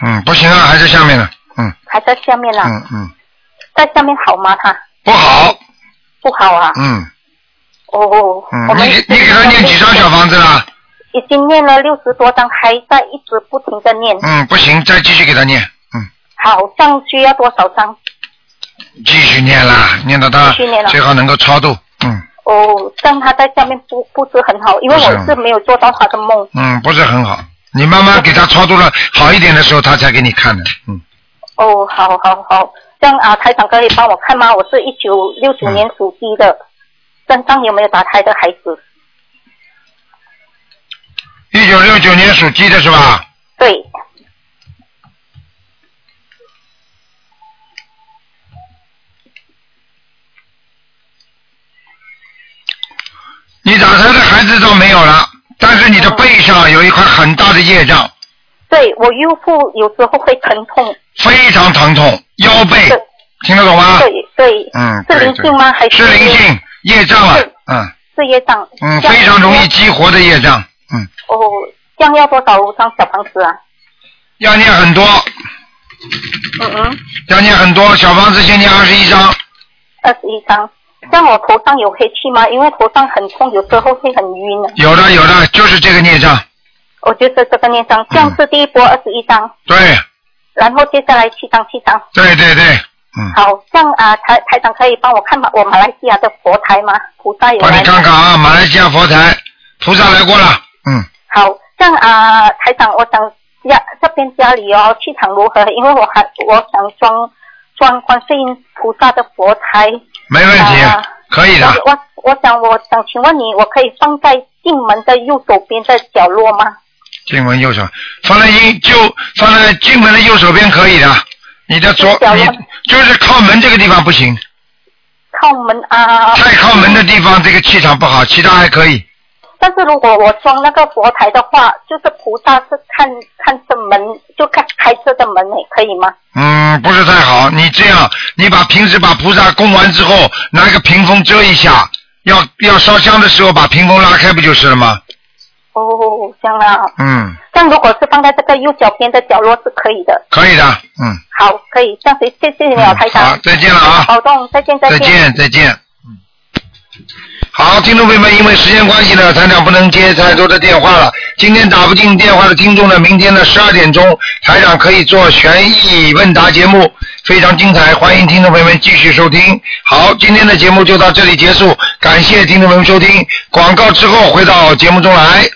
A: 嗯，不行啊，还是下面的，嗯
J: 还在下面呢，啊
A: 嗯嗯，
J: 在下面好吗？他
A: 不好，
J: 不好啊，
A: 嗯
J: 哦，
A: 嗯
J: 我，们
A: 你给你给他念几张小房子了？
J: 已经念了六十多张，还在一直不停的念，
A: 嗯，不行，再继续给他念，
J: 好像需要多少张？
A: 继续念啦，念到他
J: 继续念了
A: 最好能够超度，嗯
J: 哦，让他在下面不不是很好，因为
A: 不是
J: 我是没有做到他的梦。
A: 嗯，不是很好。你慢慢给他超度了好一点的时候，他才给你看的，嗯。
J: 哦，好好好，这样啊，台长可以帮我看吗？我是一九六九年属鸡的，身上有没有打胎的孩子？
A: 一九六九年属鸡的是吧？
J: 对，
A: 你打胎的孩子倒没有了，但是你的背上有一块很大的业障，
J: 对我孕妇有时候会疼痛，
A: 非常疼痛，腰背，听得懂吗？
J: 对对，
A: 嗯，
J: 是灵性吗？还
A: 是
J: 是
A: 灵性业障啊，嗯
J: 事业障？
A: 嗯，
J: 这样
A: 非常容易激活的业障，
J: 哦，这样要多少张小房子啊？
A: 要念很多，
J: 嗯嗯，
A: 要念很多。小房子先念二十一章，
J: 二十一张。这样我头上有黑气吗？因为头上很痛，有时候会很晕啊的。
A: 有的有的，就是这个孽障，嗯
J: 我就是这个念章，这样是第一波二十一章。
A: 对，
J: 然后接下来七张七张。
A: 对对对，
J: 好像啊，台台长可以帮我看马我马来西亚的佛台吗？菩萨有
A: 帮
J: 来
A: 你
J: 吗
A: 看看啊，马来西亚佛台菩萨来过了，嗯，
J: 好像啊、台长，我想家这边家里哦，气场如何？因为我还我想装装观世音菩萨的佛台。
A: 没问题，
J: 啊
A: 可以的。
J: 我我想我想请问你，我可以放在进门的右手边的角落吗？
A: 进门右手放在右就放在进门的右手边可以的，你的左你就是靠门这个地方不行，
J: 靠门啊。
A: 太靠门的地方这个气场不好，其他还可以。
J: 但是如果我装那个佛台的话，就是菩萨是看看着门，就看开车的门，可以吗？
A: 嗯，不是太好。你这样，你把平时把菩萨供完之后，拿一个屏风遮一下，要要烧香的时候把屏风拉开不就是了吗？
J: 哦，这样啊。
A: 嗯，
J: 这样如果是放在这个右脚边的角落是可以的。
A: 可以的，嗯，
J: 好，可以，这样子，谢谢你了，台长。
A: 好，再见了啊。
J: 保重，再见，
A: 再见，再见。好，听众朋友们，因为时间关系呢，台长不能接太多的电话了。今天打不进电话的听众呢，明天呢十二点钟，台长可以做悬疑问答节目，非常精彩，欢迎听众朋友们继续收听。好，今天的节目就到这里结束，感谢听众朋友们收听。广告之后回到节目中来。